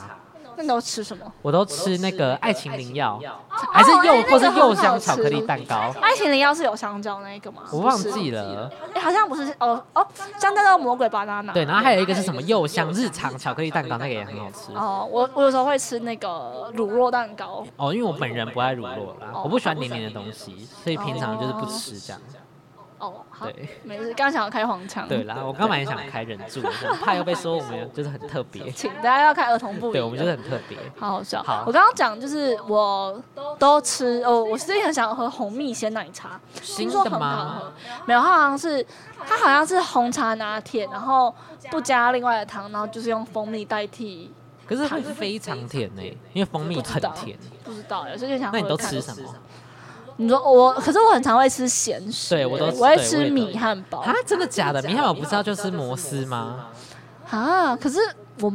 Speaker 2: 那你都吃什么？
Speaker 1: 我都吃那个爱情灵药，
Speaker 2: 哦
Speaker 1: 还
Speaker 2: 还
Speaker 1: 是柚或是柚香巧克力蛋糕，
Speaker 2: 爱情灵药是有香蕉那一个吗？
Speaker 1: 我
Speaker 2: 不
Speaker 1: 忘
Speaker 2: 是
Speaker 1: 记了。
Speaker 2: 哎，好像不是哦哦，香蕉叫魔鬼 banana。
Speaker 1: 对，然后还有一个是什么柚香日常巧克力蛋糕，那个也很好吃。
Speaker 2: 哦，我我有时候会吃那个乳酪蛋糕。
Speaker 1: 哦，因为我本人不爱乳酪啦，
Speaker 2: 哦
Speaker 1: 我不喜欢黏黏的东西，所以平常就是不吃这样。
Speaker 2: 哦，好，
Speaker 1: 对
Speaker 2: 没事，刚想要开黄腔。
Speaker 1: 对啦，我刚蛮想开忍住，我怕又被说我们就是很特别。
Speaker 2: 请大家要开儿童部。
Speaker 1: 对，我们就是很特别。
Speaker 2: 好好笑。
Speaker 1: 好啊
Speaker 2: 我刚刚讲就是我都吃，哦，我最近很想喝红蜜鲜奶茶，
Speaker 1: 新
Speaker 2: 听说
Speaker 1: 的
Speaker 2: 很好
Speaker 1: 吗
Speaker 2: 喝？。没有，它好像是它好像是红茶拿铁，然后不加另外的糖，然后就是用蜂蜜代替，
Speaker 1: 可是会非常甜呢、因为蜂蜜很甜。
Speaker 2: 不知道耶，所以就想。
Speaker 1: 那你都吃什？么？
Speaker 2: 你说我，可是我很常会吃咸食耶，
Speaker 1: 对我都
Speaker 2: 我会
Speaker 1: 对我也
Speaker 2: 吃
Speaker 1: 可
Speaker 2: 米
Speaker 1: 以
Speaker 2: 汉堡
Speaker 1: 啊，真的假的？米汉堡不知道就是摩斯吗？
Speaker 2: 啊，可是我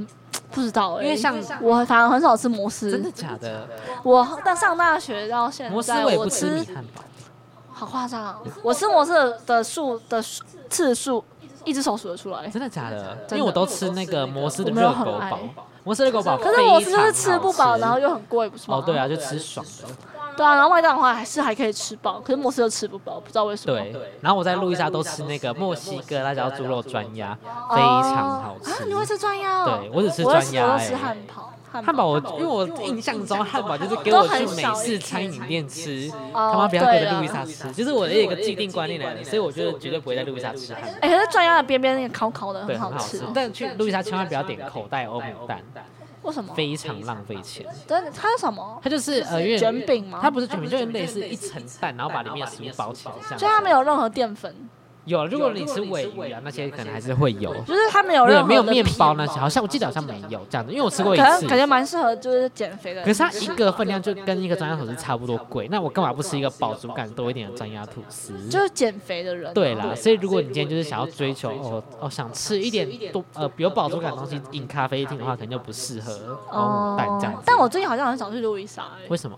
Speaker 2: 不知道耶，欸
Speaker 1: 因为像
Speaker 2: 我反而很少吃摩
Speaker 1: 真的
Speaker 2: 斯，
Speaker 1: 假的？
Speaker 2: 我到上大学到现
Speaker 1: 摩斯
Speaker 2: 在，
Speaker 1: 我也
Speaker 2: 我
Speaker 1: 不吃
Speaker 2: 吃
Speaker 1: 米汉堡。
Speaker 2: 好夸张啊！我吃摩斯的数的数次数，一只手数得出来。
Speaker 1: 真的假的？
Speaker 2: 的
Speaker 1: 因为我都吃那个摩斯的
Speaker 2: 我没有
Speaker 1: 热
Speaker 2: 很
Speaker 1: 狗
Speaker 2: 爱
Speaker 1: 堡，摩斯热狗堡非
Speaker 2: 可
Speaker 1: 常好
Speaker 2: 是
Speaker 1: 吃。
Speaker 2: 我是就是吃不饱，然后又很贵，不是吗？
Speaker 1: 哦，对啊，就吃爽的。
Speaker 2: 对啊，然后麦当劳的话还是还可以吃饱，可是摩斯又吃不饱，不知道为什么。
Speaker 1: 对，然后我在路易莎都吃那个墨西哥辣椒猪肉专鸭，
Speaker 2: 哦，
Speaker 1: 非常好吃
Speaker 2: 啊，。你会吃专鸭哦？
Speaker 1: 对我只吃
Speaker 2: 我会吃
Speaker 1: 专鸭
Speaker 2: 我都吃
Speaker 1: 哎
Speaker 2: 汉堡，
Speaker 1: 汉堡我因为我印象中汉堡就是给我去美式餐饮店吃，
Speaker 2: 哦
Speaker 1: 他妈不要给我
Speaker 2: 对
Speaker 1: 在
Speaker 2: 啊
Speaker 1: 路易莎吃，就是我的一个既定观念来的，所以我觉得绝对不会在路易莎吃汉堡。
Speaker 2: 哎、可是专鸭的边边那个烤烤的
Speaker 1: 对，
Speaker 2: 很
Speaker 1: 很好
Speaker 2: 吃
Speaker 1: 吃
Speaker 2: 哦，，
Speaker 1: 但去路易莎千万不要点口袋欧姆蛋，
Speaker 2: 为什么？
Speaker 1: 非常浪费钱。
Speaker 2: 但它是什么？
Speaker 1: 它就是呃，有点
Speaker 2: 卷饼吗
Speaker 1: 它不是卷饼，就是类似一层蛋，然后把里面的食物包起来，这样子。
Speaker 2: 就它没有任何淀粉，
Speaker 1: 有，如果你吃尾鱼啊，那些可能还是会有。
Speaker 2: 就是它没有任
Speaker 1: 对，
Speaker 2: 何
Speaker 1: 没有
Speaker 2: 的
Speaker 1: 面
Speaker 2: 皮
Speaker 1: 包那些，好像我记得好像没有这样子，因为我吃过一
Speaker 2: 可能
Speaker 1: 次。
Speaker 2: 感觉蛮适合就是减肥的人
Speaker 1: 可是它一个分量就跟一个专家吐司差不多贵，那我干嘛不吃一个饱足感多一点的专家吐司？
Speaker 2: 就是减肥的人啊、
Speaker 1: 对啦，所以如果你今天就是想要追求哦哦想吃一点多呃有饱足感的东西，饮咖啡厅的话，可能就不适合哦蛋这样子。
Speaker 2: 但我最近好像很少去路易莎、欸，
Speaker 1: 为什么？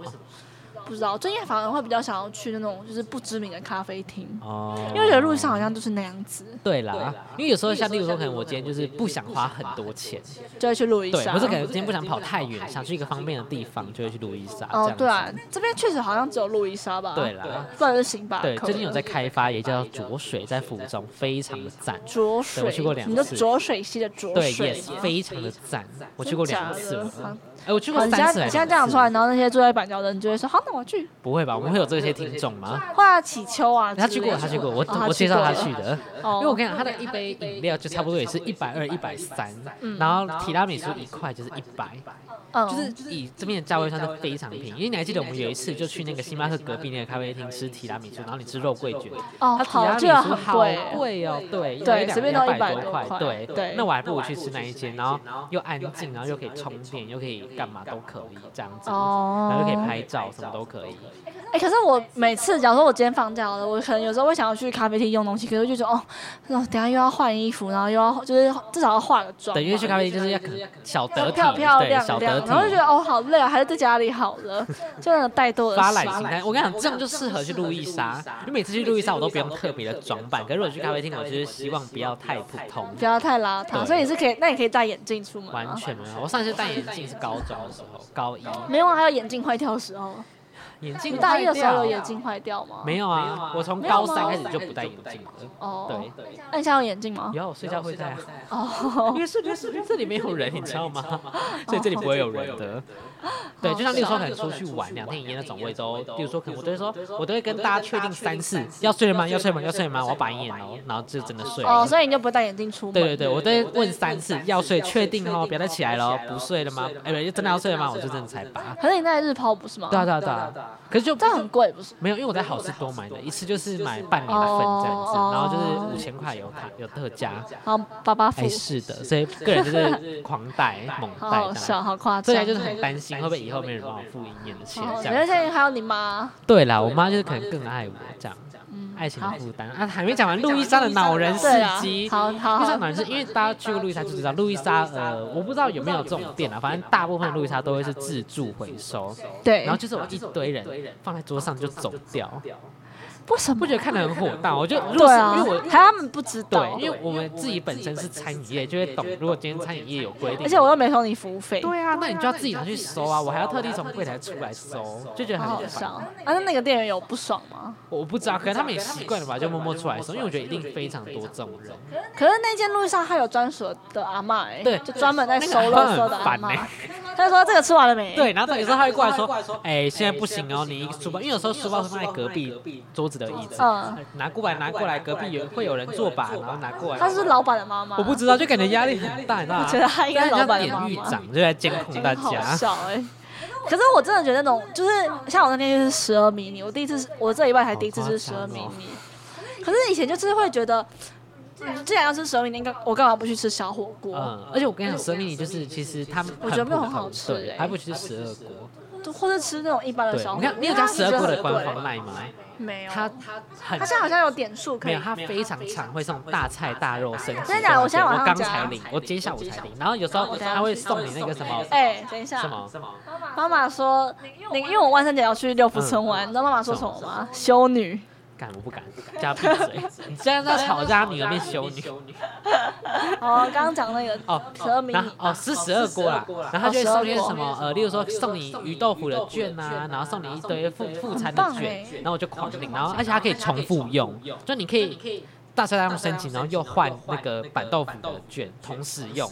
Speaker 2: 不知道，最近反而会比较想要去那种就是不知名的咖啡厅，
Speaker 1: 哦，
Speaker 2: 因为觉得路上好像就是那样子，
Speaker 1: 对啦，因为有时候像例如说，可能我今天就是不想花很多钱，
Speaker 2: 就会去路易
Speaker 1: 对，
Speaker 2: 莎。
Speaker 1: 或者可能今天不想跑太远，想去一个方便的地方，就会去路易莎这样
Speaker 2: 哦
Speaker 1: 子。，
Speaker 2: 对啊，这边确实好像只有路易莎吧？
Speaker 1: 对，啦，
Speaker 2: 不然就是星巴克。
Speaker 1: 对，最近有在开发，也叫浊水，在府中非常的赞。
Speaker 2: 浊
Speaker 1: 对我
Speaker 2: 水，
Speaker 1: 去过两次
Speaker 2: 你就浊水溪的浊
Speaker 1: 对
Speaker 2: 水
Speaker 1: ，yes，
Speaker 2: 吗
Speaker 1: 非常的赞，我去过两次
Speaker 2: 真
Speaker 1: 了
Speaker 2: 的假，的
Speaker 1: 哎，我去
Speaker 2: 好，
Speaker 1: 过
Speaker 2: 你现
Speaker 1: 三次
Speaker 2: 在
Speaker 1: 还
Speaker 2: 你
Speaker 1: 是
Speaker 2: 现在这样
Speaker 1: 两
Speaker 2: 出
Speaker 1: 次？
Speaker 2: 来，然后那些住在板桥的人就会说：“好，那我去。
Speaker 1: 不会吧？我们会有这些听众”吗？
Speaker 2: 会啊，乞秋啊之类
Speaker 1: 他
Speaker 2: 的。
Speaker 1: 去过，他去过，我
Speaker 2: 哦他
Speaker 1: 我介绍
Speaker 2: 过
Speaker 1: 他
Speaker 2: 了
Speaker 1: 去的，
Speaker 2: 哦
Speaker 1: 因为我跟你讲，他的一杯饮料就差不多也是一百二、一百三，嗯然后提拉米苏一块就是一百，
Speaker 2: 嗯
Speaker 1: 就是以这边的价位算是非常便宜，因为你还记得我们有一次就去那个星巴克隔壁那个咖啡厅吃提拉米苏，然后你吃肉桂卷，
Speaker 2: 哦，
Speaker 1: 它提
Speaker 2: 好，这
Speaker 1: 拉
Speaker 2: 个
Speaker 1: 米苏
Speaker 2: 很
Speaker 1: 好
Speaker 2: 贵，
Speaker 1: 贵哦，对，
Speaker 2: 对
Speaker 1: 有一两
Speaker 2: 随便都
Speaker 1: 两
Speaker 2: 100
Speaker 1: 多
Speaker 2: 多
Speaker 1: 块，
Speaker 2: 块
Speaker 1: 对
Speaker 2: 对
Speaker 1: 那我还不如去吃那一间，然后又安静，然后又可以充电，又可以干嘛都可以这样子，
Speaker 2: 哦
Speaker 1: 然后又可以拍照，什么都可以。
Speaker 2: 哎、可是我每次，假如说我今天放假了，我可能有时候会想要去咖啡厅用东西，可是我就觉得哦，那等一下又要换衣服，然后又要就是至少要化个妆吧，
Speaker 1: 等于去咖啡厅就是要可能小得
Speaker 2: 要
Speaker 1: 体，
Speaker 2: 漂漂
Speaker 1: 对，
Speaker 2: 亮
Speaker 1: 小
Speaker 2: 亮
Speaker 1: 得，
Speaker 2: 然后就觉
Speaker 1: 体
Speaker 2: 得。哦好累啊，还是在家里好了， 就那种怠惰的
Speaker 1: 发
Speaker 2: 心
Speaker 1: 懒型，但我跟你讲，这样就适合去路易莎。你每次去路易莎，我都不用特别的装扮。可是我去咖啡厅，我就是希望不要太普通，
Speaker 2: 不要太邋遢，
Speaker 1: 对
Speaker 2: 所以你是可以，那你可以戴眼镜出门
Speaker 1: 完
Speaker 2: 啊。
Speaker 1: 全没有。我上一次戴眼镜是高中的时候，高一
Speaker 2: 没有啊，还有眼镜坏掉的时候。啊
Speaker 1: 眼
Speaker 2: 你
Speaker 1: 镜
Speaker 2: 大一的
Speaker 1: 坏
Speaker 2: 时候
Speaker 1: 掉啊
Speaker 2: 有眼镜坏掉吗？
Speaker 1: 没
Speaker 2: 有。
Speaker 1: 有啊，我从
Speaker 2: 没有
Speaker 1: 高
Speaker 2: 吗
Speaker 1: 三开始就不戴眼镜了。
Speaker 2: 哦。
Speaker 1: 对，
Speaker 2: 那你现在有眼镜吗？
Speaker 1: 然后我睡觉会戴啊，
Speaker 2: 哦。
Speaker 1: 因为睡觉睡觉这里没有人，你知道吗？ 所以这里不会有人的。对，就像例如说可能出去玩两天一夜那种，我也都，例如说可能我都会说，我都会跟大家确定三次，要睡了吗？要睡了吗？要睡了吗？我要把眼哦，然后就真的睡了。
Speaker 2: 哦，所以你就不会戴眼镜出门。
Speaker 1: 对对对，我都会问三次，要睡确定哦，不要再起来了，不睡了吗？哎，不，真的要睡了吗？我就真的才拔。
Speaker 2: 可是你那日抛不是吗？
Speaker 1: 对啊对啊对啊，可是就
Speaker 2: 这样很贵不是？
Speaker 1: 没有，因为我在好事多买的，一次就是买半年的份这样子，
Speaker 2: 哦
Speaker 1: 然后就是五千块哦有特有特价，
Speaker 2: 好，爸爸付
Speaker 1: 哎。是的，所以个人就是狂带 猛
Speaker 2: 好
Speaker 1: 带
Speaker 2: 好
Speaker 1: 这样。
Speaker 2: 笑，好夸
Speaker 1: 所
Speaker 2: 张。
Speaker 1: 以就是很担心会不会以后没人帮我付一年的钱
Speaker 2: 哦，
Speaker 1: 这
Speaker 2: 没有
Speaker 1: 样
Speaker 2: 现在
Speaker 1: 子。
Speaker 2: 还有你妈，嗯
Speaker 1: 对啦，啊我妈就是可能更爱我这样，嗯爱情的负担啊，还没讲完路易莎的恼人事
Speaker 2: 对啊
Speaker 1: 迹，。
Speaker 2: 好好
Speaker 1: 路易莎
Speaker 2: 好，
Speaker 1: 反正是因为大家去过路易莎就知道，路易莎呃，我不知道有没有这种店啊，反正大部分的路易莎都会是自助回收，
Speaker 2: 对
Speaker 1: 啊然后就是有一堆人放在桌上就走掉，
Speaker 2: 为什么？
Speaker 1: 不觉得看得很火大？我就
Speaker 2: 对
Speaker 1: 如果是
Speaker 2: 啊
Speaker 1: 因为我，
Speaker 2: 还他们不知
Speaker 1: 对
Speaker 2: 道，，
Speaker 1: 因为我们自己本身是餐饮业，就会懂。如果今天餐饮业有规定，
Speaker 2: 而且我又没收你服务费，
Speaker 1: 对啊，那你就要自己拿
Speaker 3: 拿
Speaker 1: 去
Speaker 3: 去
Speaker 1: 收
Speaker 3: 收
Speaker 1: 啊！
Speaker 3: 啊
Speaker 1: 我
Speaker 3: 我
Speaker 1: 还
Speaker 3: 还
Speaker 1: 要
Speaker 3: 要
Speaker 1: 特
Speaker 3: 特
Speaker 1: 地
Speaker 3: 地
Speaker 1: 从
Speaker 3: 从
Speaker 1: 柜
Speaker 3: 柜
Speaker 1: 台
Speaker 3: 台
Speaker 1: 出
Speaker 3: 出
Speaker 1: 来
Speaker 3: 来
Speaker 1: 收
Speaker 3: 收，
Speaker 1: 就觉
Speaker 3: 就
Speaker 1: 得
Speaker 3: 觉得
Speaker 2: 好
Speaker 1: 很
Speaker 3: 很
Speaker 2: 好
Speaker 1: 烦。
Speaker 2: 笑啊！那那个店员有不爽吗？
Speaker 1: 我不知道，啊可能他们也习惯了吧，就默默出来收，因为我觉得一定非常多这种人，
Speaker 2: 可是那间路上他有专属的阿嬷、欸，
Speaker 1: 对
Speaker 2: 就专门在收
Speaker 1: 那个
Speaker 2: 垃
Speaker 1: 很
Speaker 2: 圾的阿
Speaker 1: 烦
Speaker 2: 嬷。
Speaker 1: 欸
Speaker 2: 他就说这个吃完了没？
Speaker 1: 对，然后
Speaker 3: 那
Speaker 1: 等
Speaker 3: 有
Speaker 1: 有
Speaker 3: 时
Speaker 1: 时
Speaker 3: 候
Speaker 1: 候他
Speaker 3: 他
Speaker 1: 会
Speaker 3: 会过
Speaker 1: 过
Speaker 3: 来
Speaker 1: 来
Speaker 3: 说
Speaker 1: 说，：“
Speaker 3: 哎，
Speaker 1: 哎，
Speaker 3: 现
Speaker 1: 现
Speaker 3: 在
Speaker 1: 在
Speaker 3: 不
Speaker 1: 不
Speaker 3: 行
Speaker 1: 行
Speaker 3: 哦，
Speaker 1: 哦，
Speaker 3: 你
Speaker 1: 你一
Speaker 3: 一个
Speaker 1: 个
Speaker 3: 书
Speaker 1: 书
Speaker 3: 包，
Speaker 1: 包，因为
Speaker 3: 因为有
Speaker 1: 有
Speaker 3: 时
Speaker 1: 时
Speaker 3: 候
Speaker 1: 候
Speaker 3: 书
Speaker 1: 书包
Speaker 3: 包会
Speaker 1: 会
Speaker 3: 放
Speaker 1: 放
Speaker 3: 在
Speaker 1: 在
Speaker 3: 隔
Speaker 1: 隔
Speaker 3: 壁
Speaker 1: 壁桌子的椅子，
Speaker 2: 嗯，
Speaker 1: 拿过来拿过来，隔壁也会有人坐吧，然后拿过来。
Speaker 2: 他是老板的妈妈。
Speaker 1: 我不知道，就感觉压力很大，你知道
Speaker 2: 我
Speaker 1: 吗
Speaker 2: 觉？得他应该
Speaker 1: 但
Speaker 2: 是
Speaker 1: 是
Speaker 2: 老
Speaker 1: 像
Speaker 2: 板的
Speaker 1: 典
Speaker 2: 妈
Speaker 1: 狱
Speaker 2: 妈。
Speaker 1: 长就在监控大
Speaker 2: 真好
Speaker 1: 家。
Speaker 2: 笑哎、 可是我真的觉得那种，就是像我那天就是十二迷你，我第一次是，我这礼拜才第一次吃十二迷
Speaker 1: 好夸
Speaker 2: 你。可是以前就是会觉得，嗯既然要吃十二迷你，干我干嘛不去吃小火锅？
Speaker 1: 嗯，而且我跟你讲，蛇米就是其实他们
Speaker 2: 我觉得没有很
Speaker 1: 普通
Speaker 2: 好吃
Speaker 1: 对
Speaker 2: 哎
Speaker 1: 还不去十二国。
Speaker 2: 就或者吃那种一般的
Speaker 1: 对
Speaker 2: 小，火
Speaker 1: 你
Speaker 2: 锅。
Speaker 1: 看你有
Speaker 2: 因为它
Speaker 1: 加十二
Speaker 2: 其实
Speaker 1: 国的
Speaker 2: 很
Speaker 1: 官
Speaker 2: 贵
Speaker 1: 方赖吗？
Speaker 2: 没有？
Speaker 1: 它很
Speaker 2: 它现在好像有点数可
Speaker 1: 没
Speaker 2: 以
Speaker 1: 有，它非常常会送大菜大肉生吃。
Speaker 2: 真的假的我现在晚
Speaker 1: 我
Speaker 2: 上
Speaker 1: 刚
Speaker 2: 加
Speaker 1: 才领，我今天下午才领。然后有时
Speaker 2: 我
Speaker 1: 候
Speaker 2: 等下
Speaker 1: 他会
Speaker 2: 去
Speaker 1: 送你那个什么
Speaker 2: 哎、等一下，
Speaker 1: 什么，
Speaker 2: 妈妈说，你因为我万圣节要去六福村玩，
Speaker 1: 嗯
Speaker 2: 你知道妈妈说什么吗？修女，
Speaker 1: 敢我不敢，叫他闭嘴！你现在在吵架，女儿变修女。
Speaker 2: 哦，刚刚讲那个
Speaker 1: 哦，
Speaker 2: 十二迷
Speaker 1: 然
Speaker 2: 你
Speaker 1: 后，哦是十二锅啦，然后他就会送一些什么呃，例如说送你鱼豆腐的券啊，然后送你一堆副欸副餐的券，然后我就狂领，然后而且它可以重复用，就你可以大菜大用升级，然后又换那个板豆腐的券，同时用，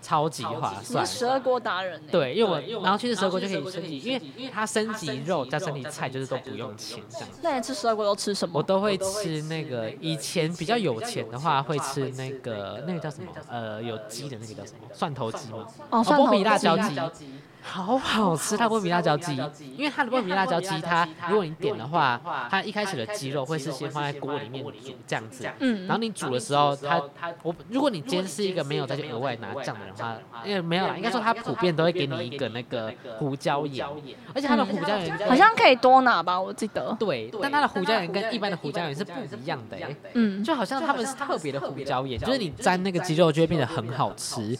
Speaker 1: 超级划
Speaker 2: 你
Speaker 1: 算
Speaker 2: 是。十二锅达人欸呢、
Speaker 1: 对，因为
Speaker 3: 对因为
Speaker 1: 我
Speaker 3: 我
Speaker 1: 然后去的时候我就可
Speaker 3: 然
Speaker 1: 以
Speaker 3: 后去
Speaker 1: 升
Speaker 3: 的时候
Speaker 1: 级，
Speaker 3: 就可以
Speaker 1: 因
Speaker 3: 升级
Speaker 1: 为它升级肉
Speaker 3: 它
Speaker 1: 加
Speaker 3: 升
Speaker 1: 升
Speaker 3: 级
Speaker 1: 级
Speaker 3: 肉
Speaker 1: 菜就是都不用钱这样。
Speaker 2: 那你吃十二锅都吃什么？
Speaker 1: 我都会
Speaker 3: 都会
Speaker 1: 吃
Speaker 3: 吃
Speaker 1: 那
Speaker 3: 那
Speaker 1: 个
Speaker 3: 个
Speaker 1: 以
Speaker 3: 以
Speaker 1: 前
Speaker 3: 前
Speaker 1: 比
Speaker 3: 比
Speaker 1: 较
Speaker 3: 较
Speaker 1: 有
Speaker 3: 有
Speaker 1: 钱
Speaker 3: 钱
Speaker 1: 的
Speaker 3: 的
Speaker 1: 话，
Speaker 3: 话
Speaker 1: 会
Speaker 3: 会
Speaker 1: 吃
Speaker 3: 吃
Speaker 1: 那
Speaker 3: 那
Speaker 1: 个
Speaker 3: 个
Speaker 1: 那
Speaker 3: 那
Speaker 1: 个
Speaker 3: 个
Speaker 1: 叫
Speaker 3: 叫
Speaker 1: 什
Speaker 3: 什
Speaker 1: 么
Speaker 3: 么？
Speaker 1: 呃，有鸡的那个叫什么？蒜头鸡吗？
Speaker 2: 哦，蒜
Speaker 1: 波
Speaker 2: 头
Speaker 1: 比辣椒
Speaker 2: 鸡
Speaker 1: 鸡，好好吃它的波比辣椒鸡，因为它的波比辣椒鸡，它如果你点的话，它一开始的鸡肉会是先放在锅里面煮这样子，
Speaker 2: 嗯，
Speaker 1: 然后你煮的时候，它
Speaker 3: 它
Speaker 1: 我如果你今天是一个没有再去额外拿酱的人的话，因为没有啦，应该说它普遍都会给你一个那个胡椒盐，而且它的胡椒盐
Speaker 2: 好像可以多拿吧，我记得。
Speaker 1: 对，但它的胡椒盐跟一般的胡椒盐是不一样的、欸，
Speaker 2: 嗯，
Speaker 1: 就好像他们是特别的胡椒盐，就是你沾那个鸡肉就会变得很好吃，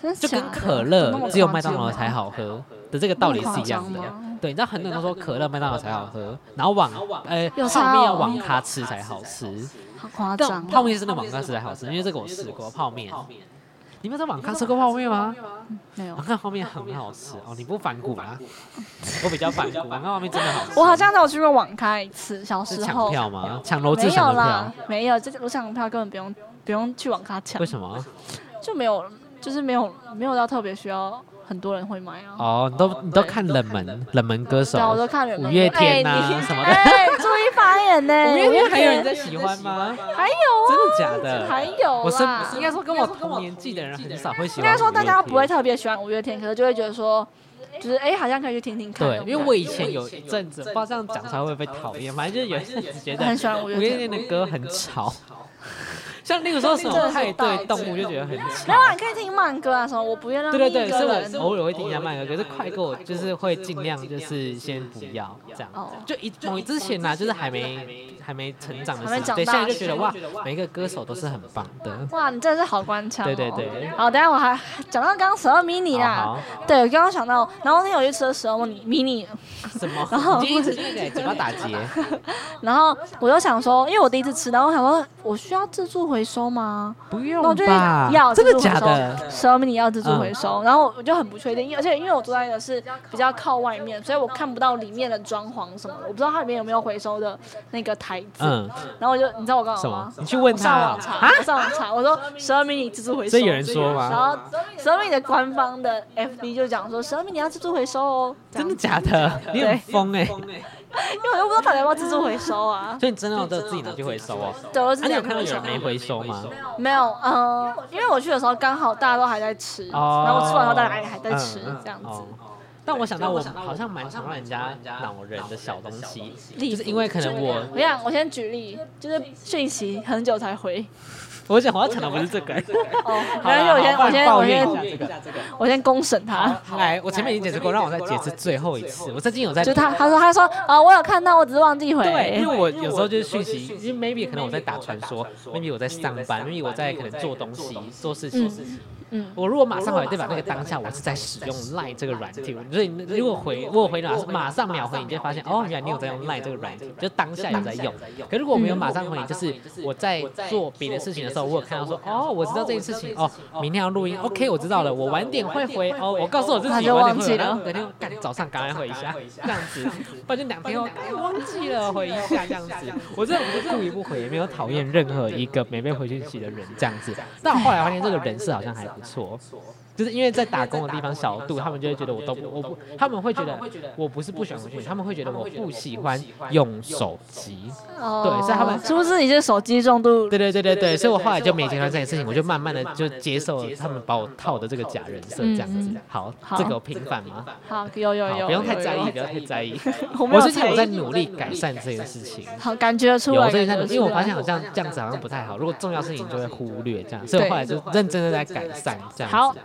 Speaker 2: 真的
Speaker 1: 就
Speaker 2: 假
Speaker 1: 跟
Speaker 2: 的
Speaker 1: 可
Speaker 2: 有那么
Speaker 1: 乐只有
Speaker 2: 夸
Speaker 1: 麦当
Speaker 2: 张
Speaker 1: 劳
Speaker 2: 吗
Speaker 1: 才好喝的这个道理是一样
Speaker 2: 那么
Speaker 1: 的
Speaker 2: 夸张吗。
Speaker 1: 对，你知道很多人都说可乐麦当劳才好喝，然后网呃
Speaker 2: 有差
Speaker 1: 泡面要
Speaker 2: 哦
Speaker 1: 网咖吃才好吃，
Speaker 2: 好夸
Speaker 1: 但
Speaker 2: 张。
Speaker 1: 泡面是那网咖吃才好吃，因为这个我试过泡面。你们在网咖吃过泡面吗？
Speaker 2: 没有
Speaker 1: 网，咖泡哦面很好吃哦，你不反骨啦？我比较反骨，网咖泡面真的好吃。
Speaker 2: 我好像都有去过网咖一次，小
Speaker 1: 是
Speaker 2: 时
Speaker 1: 抢
Speaker 2: 候
Speaker 1: 票吗？抢楼
Speaker 2: 没
Speaker 1: 志
Speaker 2: 有
Speaker 1: 抢的
Speaker 2: 啦
Speaker 1: 票？，
Speaker 2: 没有，这我抢票根本不用不用去网咖抢
Speaker 1: 为，什么？
Speaker 2: 就没有，就是没有没有到特别需要很多人会买啊。
Speaker 1: 哦，你都你都看冷门冷门歌手
Speaker 2: 对啊，，我都看人
Speaker 1: 五月天呐、
Speaker 2: 哎
Speaker 1: 什么
Speaker 2: 你
Speaker 1: 的。
Speaker 2: 哎，注意发言呢。
Speaker 1: 五月天还有人
Speaker 2: 在，
Speaker 1: 在喜欢吗？
Speaker 2: 还有
Speaker 1: 真的假
Speaker 2: 啊，
Speaker 1: 的？
Speaker 2: 还有啊
Speaker 1: 我身应该说跟我同年纪的人很少会喜
Speaker 2: 应
Speaker 1: 欢。
Speaker 2: 该说大家不会。特别喜欢五月天，可是就会觉得说，就是哎、好像可以去听听看。
Speaker 1: 对，
Speaker 2: 不
Speaker 1: 因为我以前有一阵子，不知道这样讲才会被讨厌，反正就是有一阵子觉
Speaker 2: 我
Speaker 1: 得
Speaker 2: 很喜欢五
Speaker 1: 五
Speaker 2: 月
Speaker 1: 月
Speaker 2: 天。
Speaker 1: 天的歌很吵，像例如说什么派对动物就觉得很
Speaker 2: 没
Speaker 1: 吵
Speaker 2: 有。啊，你可以听慢歌啊什么，我不愿让
Speaker 1: 对对对，
Speaker 2: 一
Speaker 1: 所
Speaker 2: 个
Speaker 1: 以我
Speaker 2: 人。
Speaker 1: 偶尔会听一下慢歌，可是快歌我就是会尽量就是先不要这样。
Speaker 2: 哦，
Speaker 1: 就以某之前呢、就是还没还没成长的
Speaker 2: 还没
Speaker 1: 时
Speaker 2: 长
Speaker 1: 候，对，
Speaker 2: 大
Speaker 1: 现在就觉得哇，每一个歌手都是很棒的。
Speaker 2: 哇，你真的是好官腔、哦。
Speaker 1: 对对对。
Speaker 2: 好，等一下我还讲到刚刚十二 mini
Speaker 1: 好
Speaker 2: 啦，
Speaker 1: 好
Speaker 2: 对，我刚刚想到，然后那天我去吃了十二 mini，
Speaker 1: 什么？
Speaker 2: 然后
Speaker 1: 你今天一直那个嘴巴打结，
Speaker 2: 然后我就想说，因为我第一次吃，然后我想说，我需要自助回收吗？
Speaker 1: 不
Speaker 2: 那我
Speaker 1: 用
Speaker 2: 就
Speaker 1: 吧？
Speaker 2: 要
Speaker 1: 真
Speaker 2: 自
Speaker 1: 的
Speaker 2: 助回
Speaker 1: 假
Speaker 2: 收
Speaker 1: 的？嗯
Speaker 2: 十二 mini 要自助回收，然后我就很不确定，因为而且因为我坐在的是比较靠外面，所以我看不到里面的装潢什么的，我不知道它里面有没有回收的那个台子。
Speaker 1: 嗯，
Speaker 2: 然后我就你知道我干嘛
Speaker 1: 什么
Speaker 2: 吗？？
Speaker 1: 你去问
Speaker 2: 我
Speaker 1: 他
Speaker 2: 上网
Speaker 1: 啊
Speaker 2: 查，我上网查，我说十二 mini 自助回收。
Speaker 1: 所以有人说
Speaker 2: 然
Speaker 1: 吗？
Speaker 2: 后十二 mini 的官方的 FB 就讲说十二 mini 要自助回收哦，这样
Speaker 1: 真的假的？你很疯哎！
Speaker 2: 因为我又不知道到底要不要自助回收啊。
Speaker 1: 所以你真的都自己拿去回收哦。
Speaker 2: 对，我就
Speaker 1: 那
Speaker 2: 是这
Speaker 1: 你有
Speaker 2: 样
Speaker 1: 看到有人
Speaker 2: 想
Speaker 1: 没回收吗？
Speaker 2: 没有，嗯，因为我去的时候刚好大家都还在吃，
Speaker 1: 哦
Speaker 2: 然后我吃完以后大家还在吃
Speaker 1: 嗯嗯，
Speaker 2: 这样子。
Speaker 1: 哦。但我想到我好像蛮常让人家恼人的小东西，就是因为可能我
Speaker 2: 我想，我先举例，就是讯息很久才回，
Speaker 1: 我 想我要讲的不是这 个。
Speaker 2: 哦，
Speaker 1: 好
Speaker 2: 然
Speaker 1: 啦
Speaker 2: 后我先
Speaker 1: 好
Speaker 2: 我先
Speaker 1: 抱
Speaker 2: 我
Speaker 1: 怨
Speaker 2: 先
Speaker 1: 一下 这个。
Speaker 2: 我先公审他，
Speaker 1: 来，我前面已经解释过，让我再解释最后一次。我最近有在
Speaker 2: 就他他说他说啊、我有看到，我只是忘记
Speaker 1: 对，因
Speaker 2: 回。
Speaker 1: 为我有时候就是讯息，因为 maybe 可能我在打传说，maybe 我在上班，maybe 我在可能做东西、做事情。
Speaker 2: 嗯，
Speaker 1: 我如果马上回，代表那个当下我是在使用 Line 这个软体，所以你如果回，我有回马马上秒回，你就会发现哦，原来你有在用 Line 这个软体，就当下有在用。可如果我没有马上回，就是我在做别的事情的时候，我有看到说哦，我知道这件事情，哦，明天要录音，OK，我知道了，我晚点会回，哦，我告诉我自
Speaker 2: 他
Speaker 1: 己
Speaker 2: 就
Speaker 1: 晚
Speaker 2: 忘
Speaker 1: 点会
Speaker 2: 记
Speaker 1: 回，
Speaker 2: 了
Speaker 1: 然后隔天赶早上赶快回一下，哦这样子，不然就两天后哎忘记了回一下这样子。我真的不是故意不回，也没有讨厌任何一个没被回讯息的人这样子。但我后来发现这个人设好像还不错，就是因为在打工的地方小度，他们就会觉得我都不我不，他们会觉得我不是不喜欢回讯息，他们会觉得我不喜欢用手机。
Speaker 2: 哦
Speaker 1: 对所以他们
Speaker 2: 是不是你这手机重度？
Speaker 1: 对对对对对，所以我后来就没接受这件事情，我就慢慢的就接受他们把我套的这个假人设这样子
Speaker 2: 嗯。
Speaker 1: 好，
Speaker 2: 好
Speaker 1: 这个有平反吗？
Speaker 2: 好，有有
Speaker 1: 好，
Speaker 2: 有，
Speaker 1: 不用太
Speaker 2: 有
Speaker 1: 在
Speaker 2: 有
Speaker 1: 意，不要太在意。
Speaker 2: 我没有
Speaker 1: 我最近
Speaker 2: 在
Speaker 1: 有在
Speaker 2: 意
Speaker 1: 努力改善这件事情。
Speaker 2: 好感觉得出
Speaker 1: 有
Speaker 2: 来，
Speaker 1: 最近在
Speaker 2: 感
Speaker 1: 努
Speaker 2: 觉得
Speaker 1: 力，因为我
Speaker 2: 出
Speaker 1: 发
Speaker 2: 来
Speaker 1: 现好像这样子好像不太好。如果重要事情就会忽略这样，所以我后来就认真的在改善这样子。
Speaker 2: 好，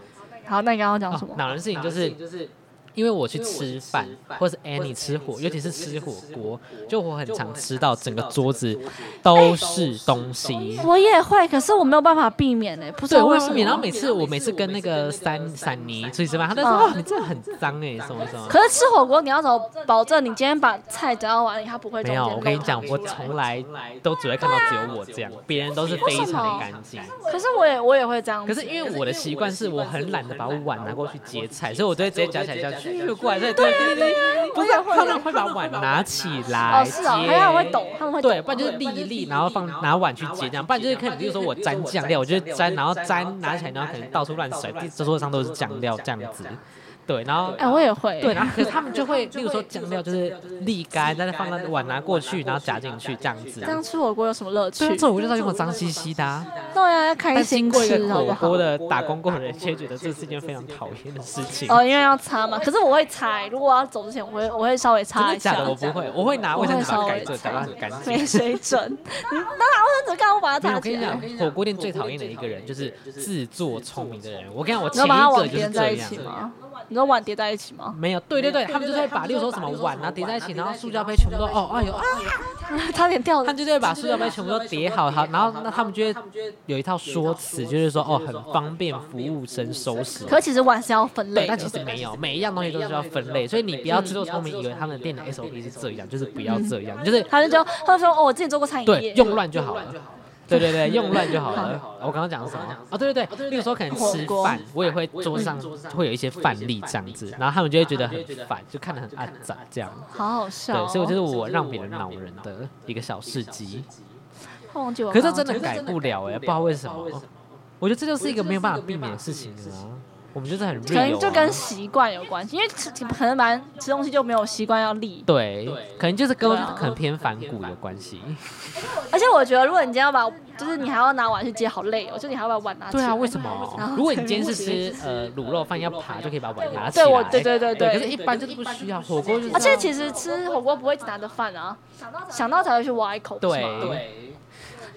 Speaker 2: 好，那你刚刚讲什
Speaker 1: 哦
Speaker 2: 么？
Speaker 1: 恼人事情就是
Speaker 3: 就是
Speaker 1: 因为我去吃饭，或是 Annie 吃火，尤其是吃火锅，就我很常吃到整个桌子都是东西。
Speaker 2: 我也会，可是我没有办法避免呢、不知
Speaker 1: 对，
Speaker 2: 道
Speaker 1: 我
Speaker 2: 为
Speaker 1: 也
Speaker 2: 什
Speaker 1: 不
Speaker 2: 么。
Speaker 1: 免。然后每次我每次跟那个三三妮出去吃饭，他都说：“
Speaker 2: 嗯
Speaker 1: 哦，你这很脏哎，什么什么。”
Speaker 2: 可是吃火锅，你要怎么保证你今天把菜夹到碗里，它不会中
Speaker 1: 没
Speaker 2: 间
Speaker 1: 有，
Speaker 2: 漏
Speaker 1: 我跟你讲，我从来都只会看到只有啊我这样，别人都是非常干净。
Speaker 2: 可是我也我也会这样子，
Speaker 1: 可是因为我的习惯是我很懒得把碗拿过去接菜，所以我都会直接夹起来这样咻过来，所以对对对，啊不是他们会把 碗拿起来
Speaker 2: 哦
Speaker 1: 接
Speaker 2: 是哦，还有他们会抖，他们会抖
Speaker 1: 对，不然就是立一立，然后放拿碗去接这样，不然就是看，比如说我沾酱料，我就沾，然后沾拿起来，然后可能到处乱甩，地桌上都是酱料这样子，对，然后
Speaker 2: 哎、我也会，
Speaker 1: 对，然后可是他们就会，例如说酱料就是沥干，但是放在碗拿过去，然后夹进去这样子
Speaker 2: 这。样吃火锅有什么乐趣
Speaker 1: 对？啊啊，这我就到底有脏兮兮的、啊。
Speaker 2: 对啊，要
Speaker 1: 但
Speaker 2: 开
Speaker 1: 经
Speaker 2: 心
Speaker 1: 过一
Speaker 2: 吃
Speaker 1: 个
Speaker 2: 好
Speaker 1: 火
Speaker 2: 不好
Speaker 1: 锅？的打工过的人，却觉得这是一件非常讨厌的事情。
Speaker 2: 哦，因为要擦嘛。可是我会擦、如果我要走之前，我会我会稍微
Speaker 1: 真
Speaker 2: 擦
Speaker 1: 的
Speaker 2: 一下。
Speaker 1: 假的？我不会，我会拿卫生纸把它改正，打到很干净。
Speaker 2: 没水准， 嗯你拿卫生纸干嘛把它
Speaker 1: 没有，
Speaker 2: 擦
Speaker 1: 我跟
Speaker 2: 起
Speaker 1: 你
Speaker 2: 来
Speaker 1: 讲？，火锅店最讨厌的一个人就是自作聪明的人。我跟你讲，我
Speaker 2: 你
Speaker 1: 前
Speaker 2: 要
Speaker 1: 一
Speaker 2: 把它
Speaker 1: 个
Speaker 2: 碗
Speaker 1: 就是
Speaker 2: 叠
Speaker 1: 这
Speaker 2: 在一起
Speaker 1: 样。
Speaker 2: 吗？你说碗叠在一起吗？
Speaker 1: 没有，对对对，他们就是会把，例如说什么碗啊叠在一起，然后塑胶杯全部都，哦，哎呦啊，
Speaker 2: 差点掉
Speaker 1: 他
Speaker 2: 了。
Speaker 1: 们就会把塑料杯全部都叠好，好，然后那他们就会有一套说辞，就是说哦，很方便服务生收拾。
Speaker 2: 可其实碗是要分
Speaker 1: 对，
Speaker 2: 类
Speaker 1: 但
Speaker 2: 的，
Speaker 1: 其实没有，每一样东西都是要分类，所以你不要自作聪明，以为他们的店的 SOP 是这样，就是不要这样，就是
Speaker 2: 他就就他就说哦，我之前做过餐饮
Speaker 1: 对
Speaker 2: 业，
Speaker 1: 用乱就好了。对对对，用乱就好了。我刚刚讲的是什么？哦，对对对，例如说可能吃饭，我也会桌上会有一些饭粒这样子，然后他们就会觉得很烦，就看得很暗杂这样。
Speaker 2: 好好笑、哦。
Speaker 1: 对，所以我就是我让别人恼人的一个小事迹。
Speaker 2: 忘记我
Speaker 1: 可是这
Speaker 2: 刚
Speaker 1: 真
Speaker 2: 刚
Speaker 1: 的改不了哎、不知道为什么。我觉得这就是一个没有办法避免的事情啊。我们就是很 real，、
Speaker 2: 可
Speaker 1: 啊、
Speaker 2: 能就跟习惯有关系，因为吃可能蛮吃东西就没有习惯要立。
Speaker 1: 对，可能就是跟
Speaker 2: 对啊
Speaker 1: 可能偏反骨有关系。
Speaker 2: 而且我觉得，如果你今天要把，就是你还要拿碗去接，好累哦，就你还要把碗拿起
Speaker 1: 对
Speaker 2: 来。
Speaker 1: 啊，为什
Speaker 2: 然
Speaker 1: 么
Speaker 2: 后？
Speaker 1: 如果你今天是吃呃卤肉饭要爬，就可以把碗拿起来。
Speaker 2: 对我，对对对
Speaker 1: 对，可是一般就是不需要火锅就是这样。
Speaker 2: 而且其实吃火锅不会只拿着饭啊，想到才会去挖一口，不是吗
Speaker 1: 对，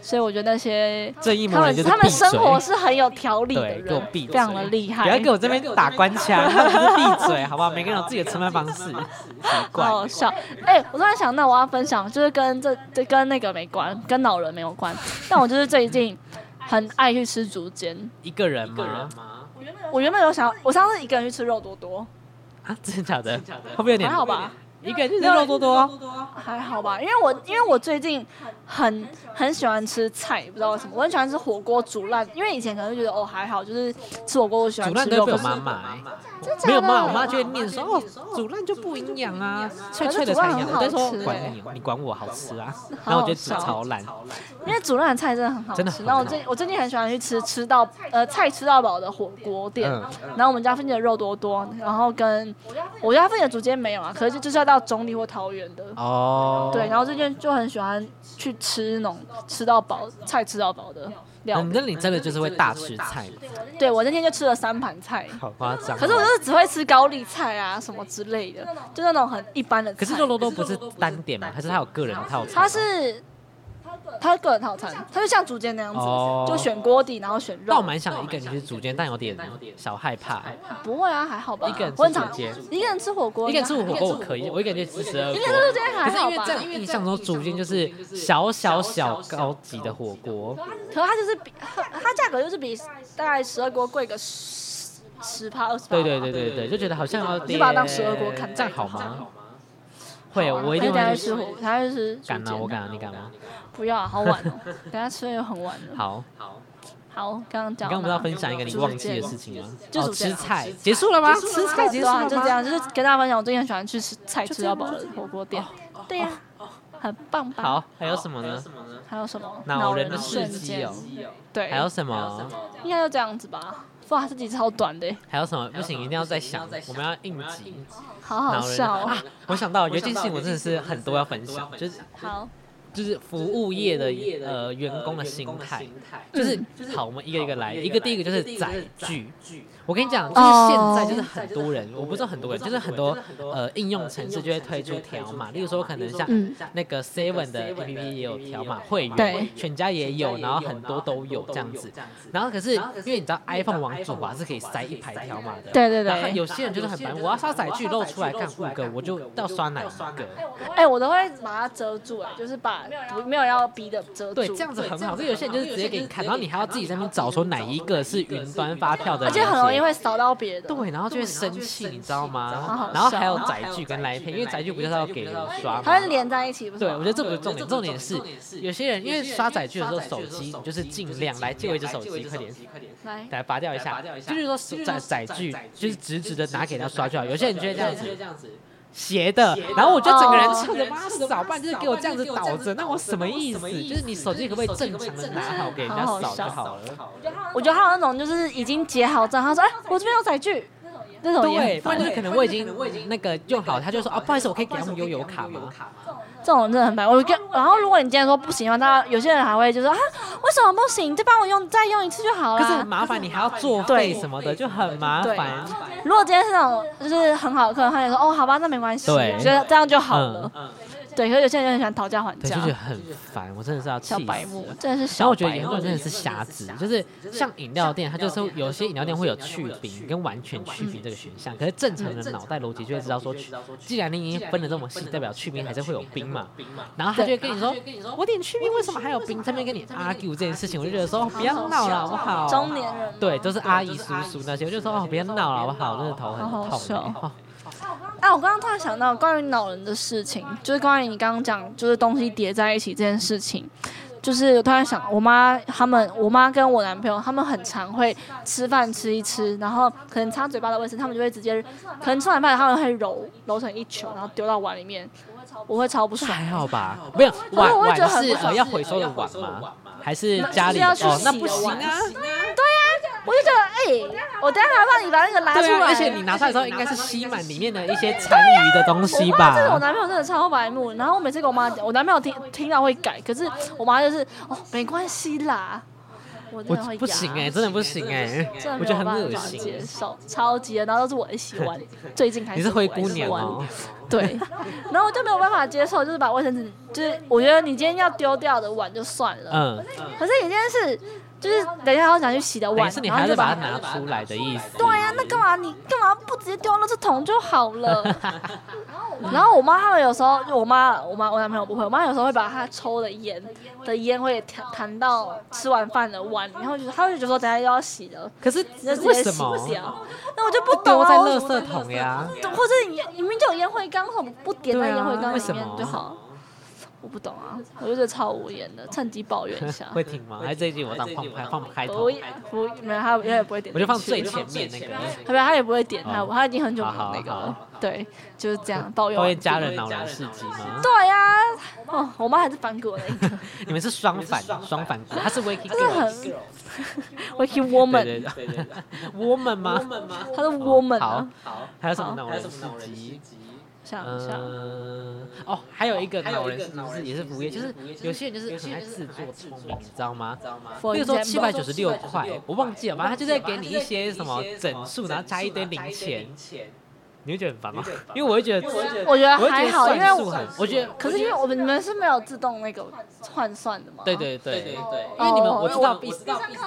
Speaker 2: 所以我觉得那些
Speaker 1: 正义
Speaker 2: 他
Speaker 1: 魔人
Speaker 2: 们
Speaker 1: 就是
Speaker 2: 他们
Speaker 1: 闭嘴
Speaker 2: 生活是很有条理的
Speaker 1: 对，给我
Speaker 2: 人，
Speaker 1: 闭
Speaker 2: 非
Speaker 1: 嘴！
Speaker 2: 常的厉害
Speaker 1: 不要。给我这边打官腔，他们就是闭嘴，好不好？每个人有自己的吃饭方式，习
Speaker 2: 好
Speaker 1: 惯。
Speaker 2: 好笑！哎、我突然想到，我要分享，就是跟这这跟那个没关，跟老人没有关。但我就是最近很爱去吃竹间。
Speaker 1: 一个人吗？
Speaker 2: 我原本有想，我上次一个人去吃肉多多，
Speaker 1: 啊，真的假的？会不会有点
Speaker 2: 还好吧？
Speaker 1: 一个人就是肉多多，
Speaker 2: 还好吧，因为我因为我最近很很喜欢吃菜，不知道为什么，我很喜欢吃火锅煮烂，因为以前可能就觉得哦还好，就是吃火锅我喜欢吃
Speaker 1: 煮烂都
Speaker 2: 肉，
Speaker 1: 被
Speaker 2: 可
Speaker 1: 我
Speaker 2: 是
Speaker 1: 妈买，
Speaker 2: 真假的
Speaker 1: 没有妈，我妈就会念说哦，煮烂就不营养啊，脆脆的才营养。我就说管你哦，你管我好吃啊，然后我就煮超烂。
Speaker 2: 因为煮烂的菜真的很好
Speaker 1: 真的
Speaker 2: 吃。
Speaker 1: 很
Speaker 2: 然后我
Speaker 1: 好
Speaker 2: 最我最近很喜欢去吃吃到呃菜吃到饱的火锅店，
Speaker 1: 嗯
Speaker 2: 然后我们家附近的肉多多，然后跟我家附近的竹间没有啊，可是就是要到中立或桃园的。
Speaker 1: 哦，
Speaker 2: 对，然后最近就很喜欢去吃那种吃到饱菜吃到饱的料
Speaker 1: 嗯，
Speaker 2: 理。
Speaker 1: 那你真的就是会大吃菜，
Speaker 2: 对我那天就吃了三盘菜，
Speaker 1: 好夸张哦。
Speaker 2: 可是我就是只会吃高丽菜啊什么之类的，就那种很一般的菜。
Speaker 1: 可是肉多多不是单点嘛，还是它有个人套餐？
Speaker 2: 它是它是个人套餐，它就像竹间那样子，
Speaker 1: 哦
Speaker 2: 就选锅底，然后选
Speaker 1: 但我
Speaker 2: 肉。
Speaker 1: 蛮想一个人去组间，但有点小害怕。
Speaker 2: 不会啊，还好吧。
Speaker 1: 一个人吃
Speaker 2: 我很常
Speaker 1: 竹间
Speaker 2: 一个人吃火锅，
Speaker 1: 一个人吃火
Speaker 2: 应该
Speaker 1: 锅我可以，我一个人就吃十二
Speaker 2: 一个人吃
Speaker 1: 锅
Speaker 2: 竹。间
Speaker 1: 可
Speaker 2: 还
Speaker 1: 是
Speaker 2: 好
Speaker 1: 因为
Speaker 2: 吧
Speaker 1: 在。我印象中，竹间就是小小小高级的火锅，
Speaker 2: 可是它就是比它它价格就是比大概十二锅贵个十十趴二十趴。
Speaker 1: 对对对对对，就觉得好像哦要
Speaker 2: 就把它当12锅看待
Speaker 1: 这样好吗？会，我一定
Speaker 2: 等下
Speaker 1: 会
Speaker 2: 去吃火，等下去吃竹
Speaker 1: 敢啊，
Speaker 2: 间
Speaker 1: 我敢啊，你敢吗？
Speaker 2: 不要啊，好晚哦，等下吃了又很晚了。
Speaker 1: 好，
Speaker 2: 好，刚刚
Speaker 1: 你
Speaker 2: 讲到哪。
Speaker 1: 刚不是要分享一个你忘记的事情吗？
Speaker 2: 就
Speaker 1: 哦，
Speaker 2: 竹间
Speaker 1: 吃
Speaker 2: 啊
Speaker 1: 菜结束了吗？吃菜
Speaker 2: 对
Speaker 1: 结束了
Speaker 2: 啊，
Speaker 1: 吗？
Speaker 2: 就这样，就是跟大家分享，我最近很喜欢去吃菜吃到饱的火锅
Speaker 1: 哦
Speaker 2: 店。对呀、很棒吧？，
Speaker 1: 好，还有什么呢？
Speaker 2: 还有什么？
Speaker 1: 恼人的
Speaker 2: 的
Speaker 1: 事
Speaker 2: 瞬
Speaker 1: 迹
Speaker 2: 间
Speaker 1: 哦，，
Speaker 2: 对，
Speaker 1: 还有什么？
Speaker 2: 应该就这样子吧。哇，这集超短的，欸
Speaker 1: 还有什么？不行，一定要再想，我们要应急。
Speaker 2: 好
Speaker 1: 恼
Speaker 2: 好
Speaker 1: 人
Speaker 2: 笑哦。
Speaker 1: 啊！我想到有一件事情，我真的是很多要分享，就是
Speaker 2: 好，
Speaker 1: 就是服务业的呃员工的心态，就是好，我们一个一个来，一个第一个就是载具。我跟你讲，就是现在就是很多人，我不是说很多人，就是很多呃应用程式就会推出条码，例如说可能像
Speaker 2: 嗯
Speaker 1: 那个 Seven 的 APP 也有条码会
Speaker 2: 对
Speaker 1: 员，全家也有，然后很多都有这样子。然后可是因为你知道 iPhone 往左滑是可以塞一排条码的，
Speaker 2: 对对
Speaker 1: 然后
Speaker 2: 对。
Speaker 1: 有些人就是很烦，我要刷载具露出来干五个，我就要刷哪一个？
Speaker 2: 哎、我都会把它遮住，哎，就是把不没有要逼的遮住。
Speaker 1: 对，这样子很好。所以有些人就是直接给你看，然后你还要自己在那边找说哪一个是云端发票的
Speaker 2: 而
Speaker 1: 链接，
Speaker 2: 且很容易会扫到别的。
Speaker 1: 对，然后就会生气，你知道
Speaker 2: 好
Speaker 1: 吗
Speaker 2: 好？
Speaker 1: 然后
Speaker 2: 笑
Speaker 1: 还有
Speaker 2: 然
Speaker 3: 后还
Speaker 1: 载
Speaker 3: 有
Speaker 1: 具
Speaker 3: 载
Speaker 1: 跟来
Speaker 3: 具
Speaker 1: 配，
Speaker 3: 跟
Speaker 1: 因为
Speaker 3: 来
Speaker 1: 载具
Speaker 3: 配
Speaker 1: 不
Speaker 3: 因
Speaker 1: 是
Speaker 3: 为
Speaker 1: 要
Speaker 3: 载具
Speaker 1: 给
Speaker 3: 不是
Speaker 1: 人
Speaker 3: 要给
Speaker 1: 刷
Speaker 3: 人
Speaker 2: 它
Speaker 1: 吗
Speaker 2: 是？连在一起，不是
Speaker 1: 啊对，
Speaker 2: 吗？
Speaker 1: 我觉得这不是重点，重点是
Speaker 3: 重点是
Speaker 1: 有些人因为刷载具的时候，
Speaker 3: 刷载
Speaker 1: 手
Speaker 3: 具的时候
Speaker 1: 机
Speaker 3: 手
Speaker 1: 你就是
Speaker 3: 机就
Speaker 1: 尽
Speaker 3: 是
Speaker 1: 量
Speaker 3: 尽
Speaker 1: 来
Speaker 3: 量
Speaker 1: 借我一只
Speaker 3: 来
Speaker 1: 手
Speaker 3: 借我一
Speaker 1: 机，
Speaker 3: 只
Speaker 1: 快
Speaker 3: 手
Speaker 1: 点
Speaker 3: 机
Speaker 2: 来，
Speaker 1: 来拔掉一
Speaker 3: 来
Speaker 1: 下
Speaker 3: 拔掉一，下
Speaker 1: 就是说
Speaker 3: 就是
Speaker 1: 载
Speaker 3: 说
Speaker 1: 载
Speaker 3: 载
Speaker 1: 具
Speaker 3: 载
Speaker 1: 就
Speaker 3: 具
Speaker 1: 是直直的拿给他刷就好。有些人就会这样子
Speaker 3: 这样子，
Speaker 1: 斜的，然后我就整个人
Speaker 2: 哦
Speaker 1: 冲着妈扫把，就是给我这样子倒着，那我什么意思？就是你手机可不可以正常的拿好给人家
Speaker 2: 好好
Speaker 1: 扫就
Speaker 2: 笑
Speaker 1: 好了？
Speaker 2: 我觉得还有那种就是已经结好账，他说：“哎、我这边有载具。”那种也
Speaker 1: 对，
Speaker 2: 很
Speaker 1: 不
Speaker 2: 烦欸
Speaker 1: 然就是可能我已经
Speaker 3: 我已经
Speaker 1: 那个用好，他就说啊，不好意思，我可以给他们悠游卡
Speaker 3: 吗
Speaker 1: 吗？？
Speaker 2: 这种真的很烦。我跟然后如果你今天说不行的话，那有些人还会就说啊，为什么不行？再帮我用再用一次就好
Speaker 1: 可是很
Speaker 2: 啦。
Speaker 1: 麻烦，你还要作
Speaker 2: 对
Speaker 1: 废什么的，就很麻
Speaker 2: 对
Speaker 1: 烦。
Speaker 2: 如果今天是那种就是很好的客人，他也说哦，好吧，那没关系，
Speaker 1: 对
Speaker 2: 觉得这样就好了。
Speaker 3: 嗯，
Speaker 2: 对，可是有些人就很喜欢讨价还
Speaker 1: 对，
Speaker 2: 价
Speaker 1: 就，觉得很烦，我真的是要气
Speaker 2: 小白
Speaker 1: 死
Speaker 2: 目
Speaker 1: 了。
Speaker 2: 真的是
Speaker 1: 然后
Speaker 2: 小
Speaker 1: 我觉得
Speaker 2: 白
Speaker 1: 严
Speaker 2: 目
Speaker 1: 重。真的是瑕疵，就是像饮料店，它就是会有些饮料店会有去冰跟完全去冰这个选项，可是正常人的脑袋逻辑就会知道说，去，既然你已经分的这么细，代表去冰还是会有冰嘛。然后他就会跟你说，我点去冰为什么还有冰？这边跟你 argue 这件事情，我就觉得说不要闹了好不好？
Speaker 2: 中年人嘛
Speaker 1: 对，都是阿姨叔叔那些，我就说哦不要闹了好不好？真的头很
Speaker 2: 好好
Speaker 1: 痛
Speaker 2: 笑
Speaker 1: 欸。哦
Speaker 2: 啊，我刚刚突然想到关于恼人的事情，就是关于你刚刚讲就是东西叠在一起这件事情，就是我突然想，我妈他们，我妈跟我男朋友他们很常会吃饭吃一吃，然后可能擦嘴巴的卫生，他们就会直接，可能吃完饭他们会揉揉成一球，然后丢到碗里面，我会超不
Speaker 1: 这
Speaker 2: 爽。
Speaker 1: 还好吧？没有碗
Speaker 2: 我会觉得
Speaker 1: 碗
Speaker 2: 很
Speaker 1: 是
Speaker 2: 不爽
Speaker 1: 呃要回收的碗吗？还是家里
Speaker 2: 是要去
Speaker 1: 哦？那
Speaker 2: 洗
Speaker 1: 不
Speaker 2: 的
Speaker 1: 行
Speaker 2: 碗
Speaker 1: 啊。
Speaker 2: 我就觉觉得，哎、我等一下还要帮你把那个拉出
Speaker 1: 对
Speaker 2: 来，
Speaker 1: 啊，而且你拿出来之后应该是吸满里面的一些残余的东西
Speaker 2: 我妈这个哎啊我
Speaker 1: 吧？
Speaker 2: 男朋友真的超白目，然后我每次跟我妈讲，我男朋友听听到会改，可是我妈就是哦没关系啦，我真
Speaker 1: 我
Speaker 2: 的会
Speaker 1: 不行
Speaker 2: 压
Speaker 1: 哎，真的不行哎。
Speaker 2: 真的欸
Speaker 1: 我觉
Speaker 2: 没有
Speaker 1: 得很
Speaker 2: 办法
Speaker 1: 恶心欸
Speaker 2: 接受，超级的，然后都是我在洗 碗，最近还
Speaker 1: 你
Speaker 2: 是我在
Speaker 1: 是灰姑
Speaker 2: 洗
Speaker 1: 娘
Speaker 2: 碗
Speaker 1: 哦，
Speaker 2: 对，然后我就没有办法接受，就是把卫生纸，就是我觉得你今天要丢掉的碗就算了，
Speaker 1: 嗯，
Speaker 2: 可是你今天是就是等一下要想去洗的
Speaker 1: 等
Speaker 2: 碗
Speaker 1: 于是，你
Speaker 2: 然
Speaker 1: 还
Speaker 2: 后
Speaker 1: 要再
Speaker 2: 就
Speaker 1: 把
Speaker 2: 把
Speaker 1: 它拿出来的意思。
Speaker 2: 对呀、那干嘛你干嘛不直接丢到垃圾桶就好 了？然后我妈他们有时候，就我妈我妈我男朋友不会，我妈有时候会把她抽的烟的烟会弹弹到吃完饭的碗里，然后就她就觉得说等一下又要洗了，
Speaker 1: 可是
Speaker 2: 那直接
Speaker 1: 为什
Speaker 2: 洗
Speaker 1: 么
Speaker 2: 不洗啊？那我就不懂
Speaker 1: 丢
Speaker 2: 啊
Speaker 1: 在
Speaker 2: 我
Speaker 1: 垃圾桶呀？
Speaker 2: 或者你明明就有烟灰缸，为什么不点在
Speaker 1: 对啊
Speaker 2: 烟灰缸
Speaker 1: 啊为
Speaker 2: 里
Speaker 1: 什
Speaker 2: 面
Speaker 1: 么。
Speaker 2: 就好？我不懂啊，我就觉得超无言的，趁机抱怨一下
Speaker 1: 会停吗？还是这一集我当放开放开头
Speaker 2: 我？也不没有，他也不会点进去，
Speaker 1: 我就放最前面那个，
Speaker 2: 他没有，他也不会点他，
Speaker 1: 哦
Speaker 2: 他已经很久没
Speaker 1: 好
Speaker 2: 有
Speaker 1: 好
Speaker 2: 那个
Speaker 1: 好
Speaker 2: 了。对，就是这样抱怨
Speaker 1: 抱
Speaker 2: 完
Speaker 1: 怨
Speaker 2: 毕。
Speaker 1: 家人恼人事迹吗？
Speaker 2: 对呀、哦，我妈还是反骨我的一个
Speaker 1: 你们是双反双反骨，他是 Wiki
Speaker 2: 真的
Speaker 1: Girl，
Speaker 2: 很 wicked
Speaker 1: 对对
Speaker 2: woman，
Speaker 1: 对 对，Woman 吗？
Speaker 2: 她是 woman
Speaker 1: 好
Speaker 2: 啊。，
Speaker 1: 还有什么恼人事迹？
Speaker 2: 想一下，
Speaker 1: 嗯，哦，还有一个恼人事情是也是服务业，就是有些人就是很爱自作聪明，你知道吗？
Speaker 2: For
Speaker 1: 那个时候七百
Speaker 2: example，
Speaker 1: 九十六块，我忘记了，反正他就在给你一些什么整数，然后加一堆零钱。你会觉得很烦吗？因为我会觉得，
Speaker 2: 我觉得
Speaker 1: 我会
Speaker 2: 还
Speaker 1: 觉得
Speaker 2: 好，因为
Speaker 1: 算数
Speaker 2: 我
Speaker 1: 很，我觉得，
Speaker 2: 可是因为我们你们是没有自动那个换算的嘛？
Speaker 1: 对对对对
Speaker 3: 对
Speaker 1: 因为你们
Speaker 2: 哦
Speaker 1: 我知道必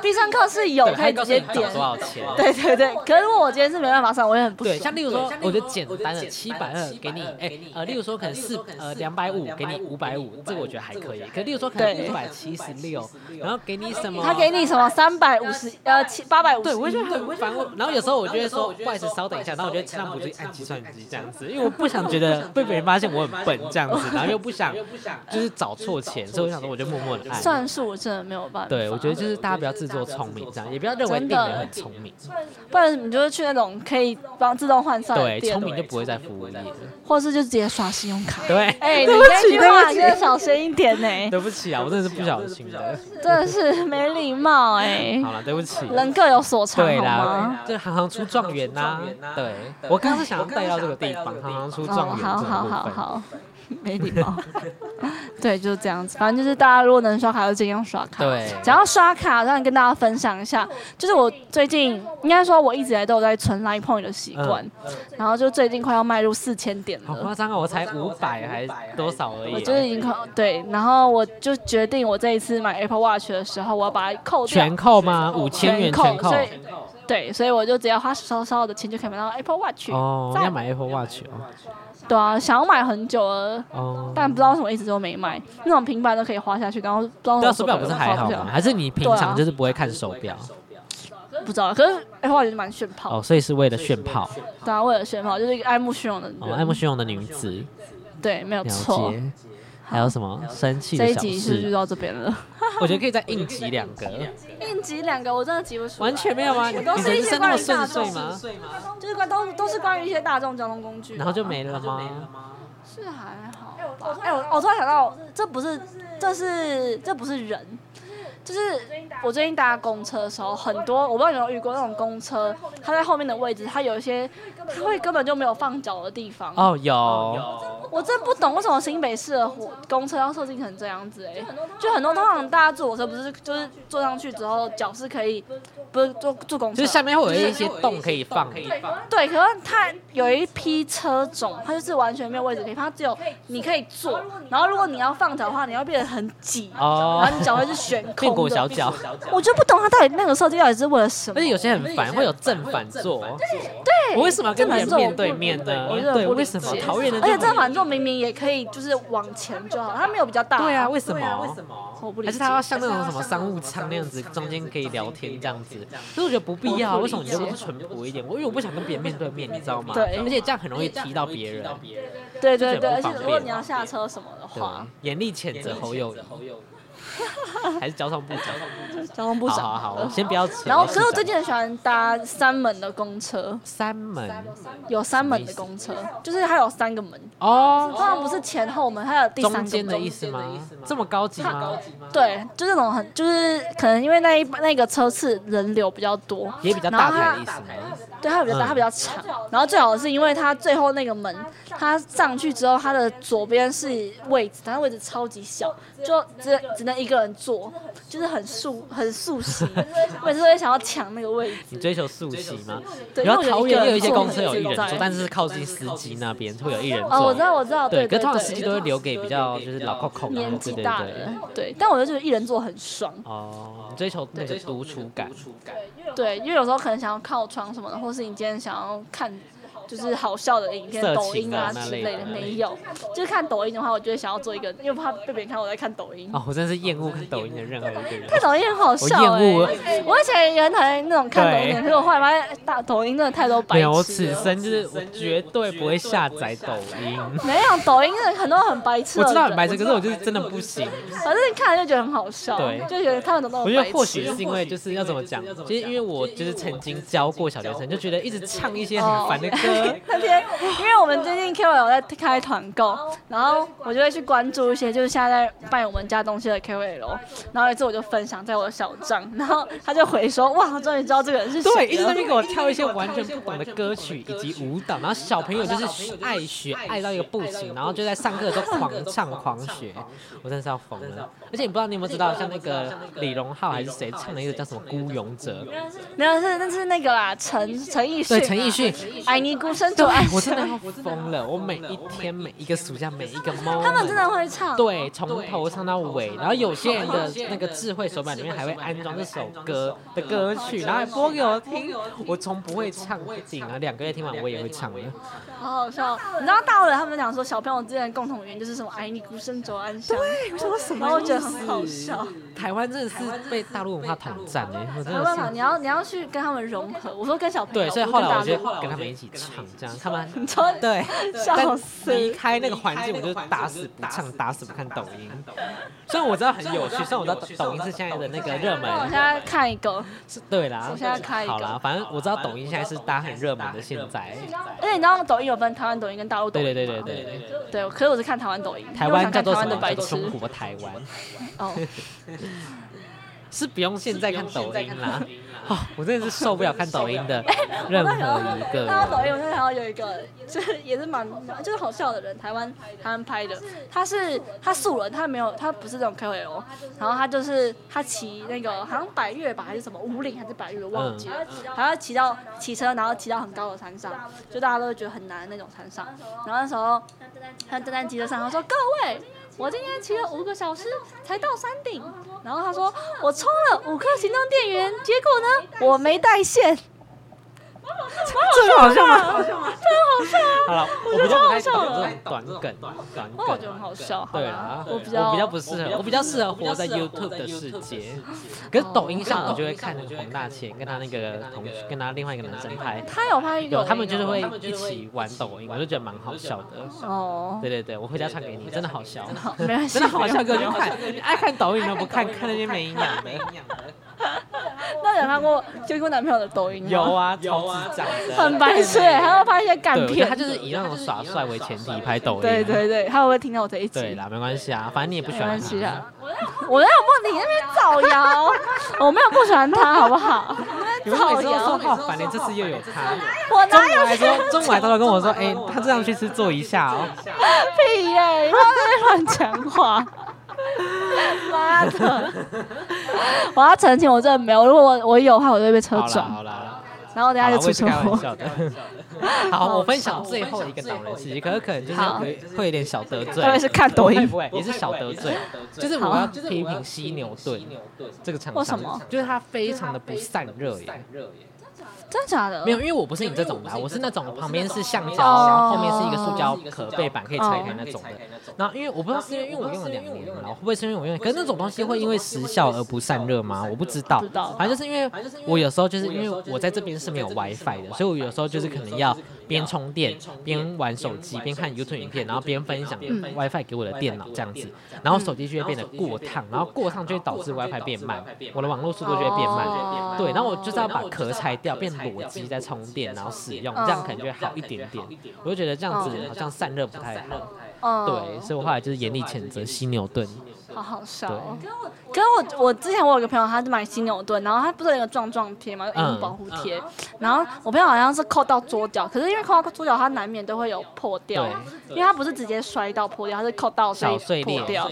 Speaker 2: 必上课是有
Speaker 1: 对
Speaker 2: 可
Speaker 1: 还
Speaker 2: 以
Speaker 1: 告
Speaker 2: 直
Speaker 1: 诉
Speaker 2: 接
Speaker 1: 你多
Speaker 2: 点，
Speaker 1: 少钱，
Speaker 2: 对对对。可是如果我今天是没办法算，我也很不
Speaker 1: 对，
Speaker 2: 爽。
Speaker 1: 像例如说
Speaker 3: 对，
Speaker 1: 我
Speaker 3: 像例
Speaker 1: 就
Speaker 3: 如说
Speaker 1: 简
Speaker 3: 我就
Speaker 1: 单的七
Speaker 3: 简
Speaker 1: 百
Speaker 3: 单的
Speaker 1: 二给你，
Speaker 3: 720
Speaker 1: 哎
Speaker 3: 给你
Speaker 1: 呃，例如说可能
Speaker 3: 哎
Speaker 1: 四
Speaker 3: 例如说可能
Speaker 1: 呃
Speaker 3: 4
Speaker 1: 两百五
Speaker 3: 250
Speaker 1: 给你五百五，这个我觉得还可以。可例如说可
Speaker 2: 对
Speaker 1: 能五百七十六，然后给你什么？
Speaker 2: 他给你什么三百五十呃七八百五十，
Speaker 1: 对，我就觉得
Speaker 2: 嗯
Speaker 1: 很烦。我然后有时候我就会说，不好意思，稍等一下。然后我就趁他不注意按计算机这样子，因为我不想觉得被别人发现我很笨这样子，然后 又不想就是找错钱，所以我想说我就默默的按。
Speaker 2: 算数我真的没有办法。
Speaker 1: 对，我觉得就是大家不要自作聪明，这样也不要认为
Speaker 2: 真
Speaker 1: 店
Speaker 2: 的
Speaker 1: 员很聪明，
Speaker 2: 不然你就是去那种可以帮自动换算的
Speaker 1: 对，
Speaker 2: 店
Speaker 1: 聪，明就不会在服务业了。
Speaker 2: 或是就直接刷信用卡。
Speaker 1: 对，
Speaker 2: 哎，你
Speaker 1: 对不
Speaker 2: 这
Speaker 1: 起，
Speaker 2: 句
Speaker 1: 对
Speaker 2: 话
Speaker 1: 不
Speaker 2: 要
Speaker 1: 起，
Speaker 2: 小心一点呢，
Speaker 1: 对不起啊，我真的是不小心的。
Speaker 2: 真的是没礼貌哎。
Speaker 1: 好了，对不 起。
Speaker 2: 人各有所长，
Speaker 1: 对
Speaker 2: 好
Speaker 1: 啦
Speaker 2: 吗？，
Speaker 1: 这行行出状元呐
Speaker 3: 行行出状元呐。
Speaker 1: 对，
Speaker 3: 对
Speaker 1: 我刚刚是想要带到这个地方，行行出
Speaker 2: 哦，
Speaker 1: 状元
Speaker 2: 好
Speaker 1: 这个
Speaker 2: 好好
Speaker 1: 部分。
Speaker 2: 好，没礼貌。 对，就是这样子。反正就是大家如果能刷卡就尽量刷卡。
Speaker 1: 对
Speaker 2: 讲到刷卡，当然跟大家分享一下，就是我最近应该说，我一直以来都有在存 Line Point 的习惯，然后就最近快要迈入四千点
Speaker 1: 嗯好
Speaker 2: 了
Speaker 1: 夸。张啊！我才五百还是多少而已。啊
Speaker 2: 我就是已经快对，然后我就决定我这一次买 Apple Watch 的时候，我要把它扣掉
Speaker 1: 全，扣吗？五千元全扣
Speaker 2: 所。以对，所以我就只要花少少的钱就可以买到 Apple Watch。
Speaker 1: 哦，
Speaker 2: 赞
Speaker 1: 要买 Apple Watch 哦。
Speaker 2: 对啊，想要买很久了，
Speaker 1: 哦。
Speaker 2: 但不知道为什么一直都没买，那种平板都可以花下去，然后不知道为
Speaker 1: 对啊，手
Speaker 2: 什
Speaker 1: 表
Speaker 2: 么
Speaker 1: 不是还好吗？还是你平常就是不会看手表？
Speaker 2: 不知道，可是 Apple Watch 蛮炫炮
Speaker 1: 哦，，所以是为了炫炮。
Speaker 2: 对啊，为了炫炮就是一个爱慕虚荣的人，
Speaker 1: 哦，爱慕虚荣的女子，
Speaker 2: 对，没有
Speaker 1: 了
Speaker 2: 错。
Speaker 1: 解。还有什么生气
Speaker 2: 这
Speaker 1: 的
Speaker 2: 一
Speaker 1: 小
Speaker 2: 集是不是就
Speaker 1: 事？
Speaker 2: 到这边了？
Speaker 1: 我觉得可以再应急两个。
Speaker 2: 应急两个我真的急不出来，
Speaker 1: 完全没有吗？你
Speaker 2: 我都
Speaker 1: 你
Speaker 2: 是一
Speaker 1: 人
Speaker 2: 些
Speaker 1: 生那
Speaker 2: 关
Speaker 1: 么
Speaker 2: 于大
Speaker 1: 顺
Speaker 2: 众
Speaker 1: 遂，吗？
Speaker 2: 就是关都都是关于一些大众交通工具，啊
Speaker 1: 然后就没了吗？
Speaker 2: 是还好吧。哎、我我突然想到，这不是，这是这不是人，就是我最近搭公车的时候，很多我不知道有没有遇过那种公车，它在后面的位置，它有一些它会根本就没有放脚的地方。
Speaker 1: 哦，有，
Speaker 2: 我真不懂为什么新北市的火公车要设计成这样子哎、就很多通常大家坐火车不是就是坐上去之后脚是可以，不是坐坐公车，
Speaker 1: 就是下面会有一些洞可以放。
Speaker 2: 对，可是它有一批车种，它就是完全没有位置可以放，它只有你可以坐，然后如果你要放脚的话，你要变得很挤，然
Speaker 1: 哦
Speaker 2: 后，你脚会是悬
Speaker 1: 变
Speaker 2: 空
Speaker 1: 裹小
Speaker 2: 的。
Speaker 1: 脚，
Speaker 2: 我就不懂它到底那个设计到底是为了什么
Speaker 1: 而且。有些很烦，会有正反座。
Speaker 2: 对，
Speaker 1: 我为什么要跟
Speaker 2: 这蛮
Speaker 1: 别人
Speaker 2: 重
Speaker 1: 面对面呢？
Speaker 2: 我真的
Speaker 1: 对，
Speaker 2: 不理
Speaker 1: 为什么
Speaker 2: 解
Speaker 1: 讨厌的？
Speaker 2: 而且这满座明明也可以，就是往前就好，它没有比较大。
Speaker 1: 对啊，，为什么？
Speaker 2: 我不理
Speaker 1: 还是
Speaker 2: 解。
Speaker 1: 他要像那种什么商务舱那样子，中间可以聊天这样子？所以我觉得不必要啊，为什么你就不淳朴一点？我因为我不想跟别人面对面，你知道吗？
Speaker 2: 对
Speaker 1: 而且这样很容易踢到别人。
Speaker 2: 对对对，
Speaker 1: 这
Speaker 2: 而
Speaker 1: 就
Speaker 2: 且
Speaker 1: 很不方便
Speaker 2: 如果你要下车什么的
Speaker 1: 对
Speaker 2: 话，，
Speaker 1: 严厉谴责侯友谊，还是交通部长？
Speaker 2: 交通部
Speaker 1: 好
Speaker 2: 长。呃嗯
Speaker 1: 好好，我先不要扯到市长。
Speaker 2: 然后，可是我最近很喜欢搭三门的公车，
Speaker 1: 三门
Speaker 2: 有三门的公车，就是它有三个门，通
Speaker 1: 哦，
Speaker 2: 常不是前后门，它有第三个
Speaker 1: 中间的
Speaker 2: 门
Speaker 1: 意思吗？这么高级吗？
Speaker 2: 对，就这种很，就是可能因为那一那个车次人流比较多，
Speaker 1: 也比较
Speaker 2: 然
Speaker 1: 大
Speaker 2: 后
Speaker 1: 台的
Speaker 2: 它
Speaker 1: 意思吗？
Speaker 2: 对它比较大，
Speaker 1: 嗯
Speaker 2: 它比较长。然后最好的是因为它最后那个门，它上去之后，它的左边是位置，但它位置超级小，就只只能一个人坐，就是很素很素 席。我每次都会想要抢那个位置。
Speaker 1: 你追求速席吗？
Speaker 2: 对，因
Speaker 1: 然
Speaker 2: 为
Speaker 1: 后
Speaker 2: 我觉得个
Speaker 1: 桃园也有一
Speaker 2: 人
Speaker 1: 些
Speaker 2: 坐
Speaker 1: 公车有一人
Speaker 2: 很自
Speaker 1: 座，
Speaker 2: 在
Speaker 1: 但是是靠近司机那边会有一人
Speaker 2: 哦，我
Speaker 1: 座
Speaker 2: 知。道，我知道，对
Speaker 1: 对，可
Speaker 2: 对
Speaker 1: 是通常司机
Speaker 2: 对，
Speaker 1: 都会留给比较就是老扣扣的，
Speaker 2: 年纪
Speaker 1: 对对
Speaker 2: 大的
Speaker 1: 对。，
Speaker 2: 对，但我就觉得一人坐很爽。
Speaker 1: 哦，你追求那个独处感，
Speaker 2: 对，因为有时候可能想要靠窗什么的，或是你今天想要看就是好笑的影片、
Speaker 1: 色
Speaker 2: 抖
Speaker 1: 情
Speaker 2: 音
Speaker 1: 啊
Speaker 2: 啊
Speaker 1: 那
Speaker 2: 之
Speaker 1: 类
Speaker 2: 类
Speaker 1: 的
Speaker 2: 的，没有。就是看抖音的话，我就会想要做一个，因为怕被别人看我在看抖音。
Speaker 1: 哦，我真的是厌恶看抖音的任何一个人。
Speaker 2: 看抖音很好笑
Speaker 1: 我厌恶
Speaker 2: 欸我以前也很讨厌那种看抖音
Speaker 1: 对
Speaker 2: 的，可是我后来发现哎大抖音真的太多白
Speaker 1: 没有，我
Speaker 2: 痴
Speaker 1: 此
Speaker 2: 了。
Speaker 1: 生就是我绝对不会下载抖音。
Speaker 2: 没有抖音真的很多很白痴
Speaker 1: 我
Speaker 2: 的人，
Speaker 1: 知道很白痴，可是我就是真的不行。
Speaker 2: 反正看了就觉得很好笑，
Speaker 1: 对
Speaker 2: 就觉得他们怎么那
Speaker 1: 我
Speaker 2: 么
Speaker 1: 觉
Speaker 2: 白
Speaker 1: 得
Speaker 2: 痴。
Speaker 1: 或许是因为就是要怎么讲，就是因为我就是曾经教过小学生，就觉得一直唱一些很烦的歌，
Speaker 2: 那天，因为我们最近 KOL 有在开团购，然后我就会去关注一些就是现在在卖我们家东西的 KOL，然后有一次我就分享在我的小账， 然后他就回说：“哇，我终于知道这个人是谁了。”
Speaker 1: 对，一直在那边给我跳一些完全不懂的歌曲以及舞蹈，然后小朋友就是爱学爱到一个不行，然后就在上课的时候狂唱狂学，我真的是要疯了。而且你不知道你有没有知道，像那个李荣浩还是谁唱的一个叫什么《孤勇者》，
Speaker 2: 没有是那是那个啦，陈陈奕迅啊，
Speaker 1: 对，陈奕迅，
Speaker 2: ，I need 孤身走暗
Speaker 1: 我真的
Speaker 2: 巷。
Speaker 1: 要疯了！我每一天、每一个暑假、每一个 moment，
Speaker 2: 他们真的会唱，
Speaker 1: 对从头唱到尾，然后有些人的那个智慧手表里面还会安装这首歌的歌曲，然后还播给我听。我从不会唱，顶啊两个月听完我也会唱了。
Speaker 2: 好好笑。你知道大陆人他们讲说小朋友之间的共同语言就是什么“哎，你孤身走暗巷”，
Speaker 1: 对，我想说什
Speaker 2: 然后我觉得很好笑。
Speaker 1: 台湾真的是被大陆文化统战哎、我真
Speaker 2: 没有办法，
Speaker 1: 的
Speaker 2: 你
Speaker 1: 是。
Speaker 2: 要你要去跟他们融合。我说跟小朋友，
Speaker 1: 对，所以
Speaker 2: 不
Speaker 1: 后
Speaker 2: 跟
Speaker 1: 来
Speaker 2: 大
Speaker 1: 我就
Speaker 2: 陆
Speaker 1: 跟他们一起唱，这样他
Speaker 2: 你
Speaker 1: 们
Speaker 2: 说
Speaker 1: 对，
Speaker 2: 笑
Speaker 1: 但
Speaker 2: 死
Speaker 1: 离开那个环境，我就打死不唱，打死不看抖音。虽然我知道很有趣，虽然我知道抖音是现在的那个热门，
Speaker 2: 那我现在看一个，
Speaker 1: 是对啦，
Speaker 2: 我现在开一个
Speaker 1: 好啦，反正我知道抖音现在是大家很热门的，现在。
Speaker 2: 而且你知道抖音有分台湾抖音跟大陆抖
Speaker 1: 对
Speaker 2: 音
Speaker 1: 对
Speaker 2: 吗，
Speaker 1: 对对对对，
Speaker 2: 对，可是我是看台湾抖音，
Speaker 1: 台
Speaker 2: 因为我
Speaker 1: 湾
Speaker 2: 想
Speaker 1: 叫
Speaker 2: 看
Speaker 1: 做
Speaker 2: 台
Speaker 1: 什
Speaker 2: 湾的
Speaker 1: 么？
Speaker 2: 白
Speaker 1: 叫
Speaker 2: 痴
Speaker 1: 做中国台湾，
Speaker 2: 哦，
Speaker 1: 是不用现在看抖音啦。哦，我真的是受不了看抖音 的任
Speaker 2: 那然后
Speaker 1: 何一
Speaker 2: 看到抖音，
Speaker 1: 个。
Speaker 2: 我就想到有一个，就是也是蛮就是好笑的人，台湾台湾拍的，他是他素人，他没有他不是这种 KOL，然后哦他就是他骑那个好像百越吧还是什么五岭还是百越忘记了，还要骑到骑车，然后骑到很高的山上，就大家都会觉得很难的那种山上，然后那时候他登在机车上，他说各位。我今天骑了五个小时才到山顶，然后他说我充了五颗行动电源，结果呢我没带线，
Speaker 1: 这个好笑吗？好
Speaker 2: 啊
Speaker 1: 笑吗？ 好了，我比较不太
Speaker 2: 超好
Speaker 1: 懂
Speaker 2: 笑
Speaker 1: 这
Speaker 2: 的
Speaker 1: 种短梗，短
Speaker 2: 那我觉得很
Speaker 1: 梗。
Speaker 2: 好笑。好
Speaker 1: 对啊
Speaker 2: 吧
Speaker 1: 啦，
Speaker 2: 我
Speaker 1: 我
Speaker 2: 比较
Speaker 1: 比较不适啊合，我比较适合活在 YouTube 的世界。 可是抖音上，我就会看那个黄大千跟他那个同学，跟他另外一个男生拍，
Speaker 2: 他有拍一个
Speaker 1: 有，他们就是会一起玩抖音，我就觉得蛮好笑的。
Speaker 2: 哦，
Speaker 1: 对对对，我回家传给你，真的好笑，
Speaker 2: 没关系，
Speaker 1: 真的好笑，
Speaker 2: 没
Speaker 1: 给我
Speaker 2: 关
Speaker 1: 去
Speaker 2: 系
Speaker 1: 看。你爱看抖音的不看，看那些啊没营 养的。
Speaker 2: 那有看过结过男朋友的抖音吗？
Speaker 1: 有，啊，超智障
Speaker 2: 很
Speaker 1: 的。
Speaker 2: 白痴，还要拍一些干
Speaker 1: 对，我觉
Speaker 2: 片
Speaker 1: 得。他就是以那种耍帅为前提拍抖音。啊
Speaker 2: 对对对，他会不会听到我这一
Speaker 1: 对
Speaker 2: 集？
Speaker 1: 啦，没关系啊，反正你也不喜
Speaker 2: 没
Speaker 1: 欢
Speaker 2: 关系
Speaker 1: 他。
Speaker 2: 啊，我没有不，你那边造 谣，我没有不喜欢他，好不好？
Speaker 1: 你们每次都说好烦，连哦这次又有他。
Speaker 2: 我
Speaker 1: 中
Speaker 2: 哪
Speaker 1: 午
Speaker 2: 有
Speaker 1: 来说，中午来都跟我说，哎，他这样去吃坐一下哦。
Speaker 2: 屁耶？你不要在那边乱讲 话。妈的！我要澄清，我真的没有。如果我我有的话，我就会被车
Speaker 1: 好啦
Speaker 2: 撞，
Speaker 1: 好啦，
Speaker 2: 然后等
Speaker 1: 好
Speaker 2: 下
Speaker 1: 啦
Speaker 2: 就
Speaker 1: 我
Speaker 2: 出
Speaker 1: 也是
Speaker 2: 车
Speaker 1: 开玩
Speaker 2: 祸。
Speaker 1: 笑的。 好，我分享最后一个导人事迹，可是可能就是
Speaker 2: 好
Speaker 1: 会会有点小得罪。
Speaker 2: 特别是看抖音
Speaker 1: 会不哎会也是小得罪？就是我
Speaker 2: 好
Speaker 1: 要批评犀牛顿这个厂商，
Speaker 2: 为什么
Speaker 1: 就是他非常的不散热耶。
Speaker 2: 真的假的？
Speaker 1: 没有，因为我不是你这种的啊，我是那种旁边是橡胶，
Speaker 2: 哦
Speaker 1: 后面是一个塑胶壳背板可以拆开那种的。然后因为我不知道是因为因为我用了两年了，会不会是因为我用了？可是那种东西会因为时效而不散热吗？我不知道
Speaker 2: 不知道。
Speaker 1: 反正就是因为我有时候就是因为我在这边是没有 WiFi 的，所以我有时候就是可能要边充电、边玩手机、边看 YouTube 影片，然后边分享
Speaker 2: 嗯
Speaker 1: WiFi 给我的电脑这样子，然后手机就会变得过烫，然后过烫就会导致 WiFi 变慢，我的网络速度就会变慢。
Speaker 2: 哦
Speaker 1: 对，然后我就是要把壳拆掉，变裸机再充电，然后使用，
Speaker 2: 嗯
Speaker 1: 这样可能就会好一点点。我就觉得这样子
Speaker 2: 嗯
Speaker 1: 好像散热不太好，
Speaker 2: 嗯
Speaker 1: 对，所以我后来就是严厉谴责犀牛顿。
Speaker 2: 好好笑、哦。可是我我之前我有个朋友，他是买犀牛盾，然后他不是有一个撞撞贴嘛，就
Speaker 1: 嗯
Speaker 2: 荧幕保护贴。然后我朋友好像是扣到桌角，可是因为扣到桌角，它难免都会有破掉，因为它不是直接摔到破掉，它是扣到所
Speaker 1: 小碎
Speaker 2: 以
Speaker 1: 裂
Speaker 2: 破掉。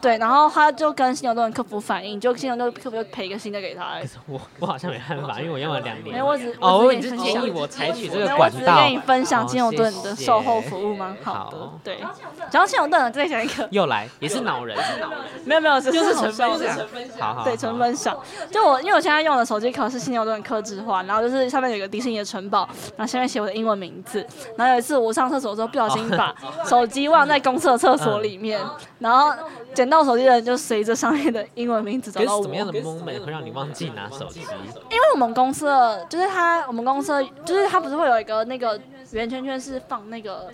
Speaker 2: 对，然后他就跟犀牛盾客服反映，就犀牛盾客服就赔一个新的给他、欸。
Speaker 1: 我我好像没办法，因为我用了两
Speaker 2: 没
Speaker 1: 年
Speaker 2: 有，。我只
Speaker 1: 哦，
Speaker 2: 我
Speaker 1: 我
Speaker 2: 只是
Speaker 1: 你
Speaker 2: 跟你分
Speaker 1: 是建
Speaker 2: 享
Speaker 1: 议我采取这
Speaker 2: 没
Speaker 1: 个
Speaker 2: 有我
Speaker 1: 管
Speaker 2: 只是跟你
Speaker 1: 道。
Speaker 2: 分享
Speaker 1: 哦
Speaker 2: 金牛
Speaker 1: 谢
Speaker 2: 盾的
Speaker 1: 谢
Speaker 2: 售后服务蛮好的
Speaker 1: 好，
Speaker 2: 对。讲到金牛盾，再讲一个，
Speaker 1: 又来，也是恼人，
Speaker 2: 没有没有，就
Speaker 1: 又是
Speaker 2: 好
Speaker 1: 纯
Speaker 2: 笑
Speaker 1: 分
Speaker 2: 的
Speaker 1: 享，好好，
Speaker 2: 对，
Speaker 1: 好
Speaker 2: 纯分享。就我，因为我现在用的手机壳是犀牛盾刻制化，然后就是上面有一个迪士尼的城堡，然后下面写我的英文名字。然后有一次我上厕所的时候不小心把手机忘在公厕的厕所里面，然后捡到手机的人就随着上面的英文名字找
Speaker 1: 可是
Speaker 2: 到我。
Speaker 1: 什么样的
Speaker 2: 因
Speaker 1: moment 会让你忘记拿手机？
Speaker 2: 为我们公司的就是他，我们公司的就是他不是会有一个那个圆圈圈是放那个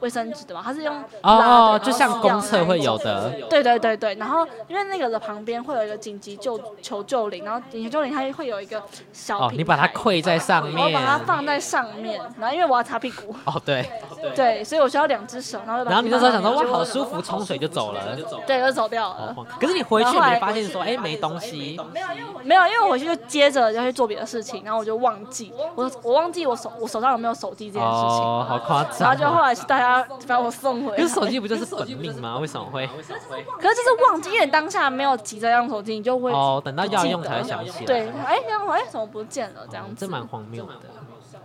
Speaker 2: 卫生纸的嘛？他是用
Speaker 1: 哦
Speaker 2: 拉
Speaker 1: 哦
Speaker 2: 的，
Speaker 1: 就像公厕会有。
Speaker 2: 然后撕掉那一种
Speaker 1: 的，
Speaker 2: 对对对对，然后因为那个的旁边会有一个紧急救求救铃，然后紧急救铃它会有一个小
Speaker 1: 哦，
Speaker 2: 平
Speaker 1: 你把它
Speaker 2: 台
Speaker 1: 跪在上
Speaker 2: 我把它
Speaker 1: 面，
Speaker 2: 放在上面，然后因为我要擦屁股，
Speaker 1: 哦对，
Speaker 2: 对，所以我需要两只手，然后就把
Speaker 1: 然后你那时候想说
Speaker 2: 屁股
Speaker 1: 哇
Speaker 2: 放
Speaker 1: 好舒服，冲水就走了。
Speaker 2: 上面对，就走掉了。嗯
Speaker 1: 哦可是你回去你会发现说，哎，没东西，
Speaker 2: 没有，因为我就接着要去做别的事情，然后我就忘记，我我忘记我手我手上有没有手机这件事情，
Speaker 1: 哦，好夸
Speaker 2: 然后
Speaker 1: 张
Speaker 2: 就后
Speaker 1: 哦。
Speaker 2: 来是大家把我送回来。
Speaker 1: 可是手机不就是本命吗？为什么会？
Speaker 2: 可是就是忘记，因为你当下没有急着要用手机，你就会
Speaker 1: 哦哦，等到要用才会想起来。
Speaker 2: 对，哎，然后哎，怎么不见了这样
Speaker 1: 嗯
Speaker 2: 子
Speaker 1: 这？蛮荒谬的。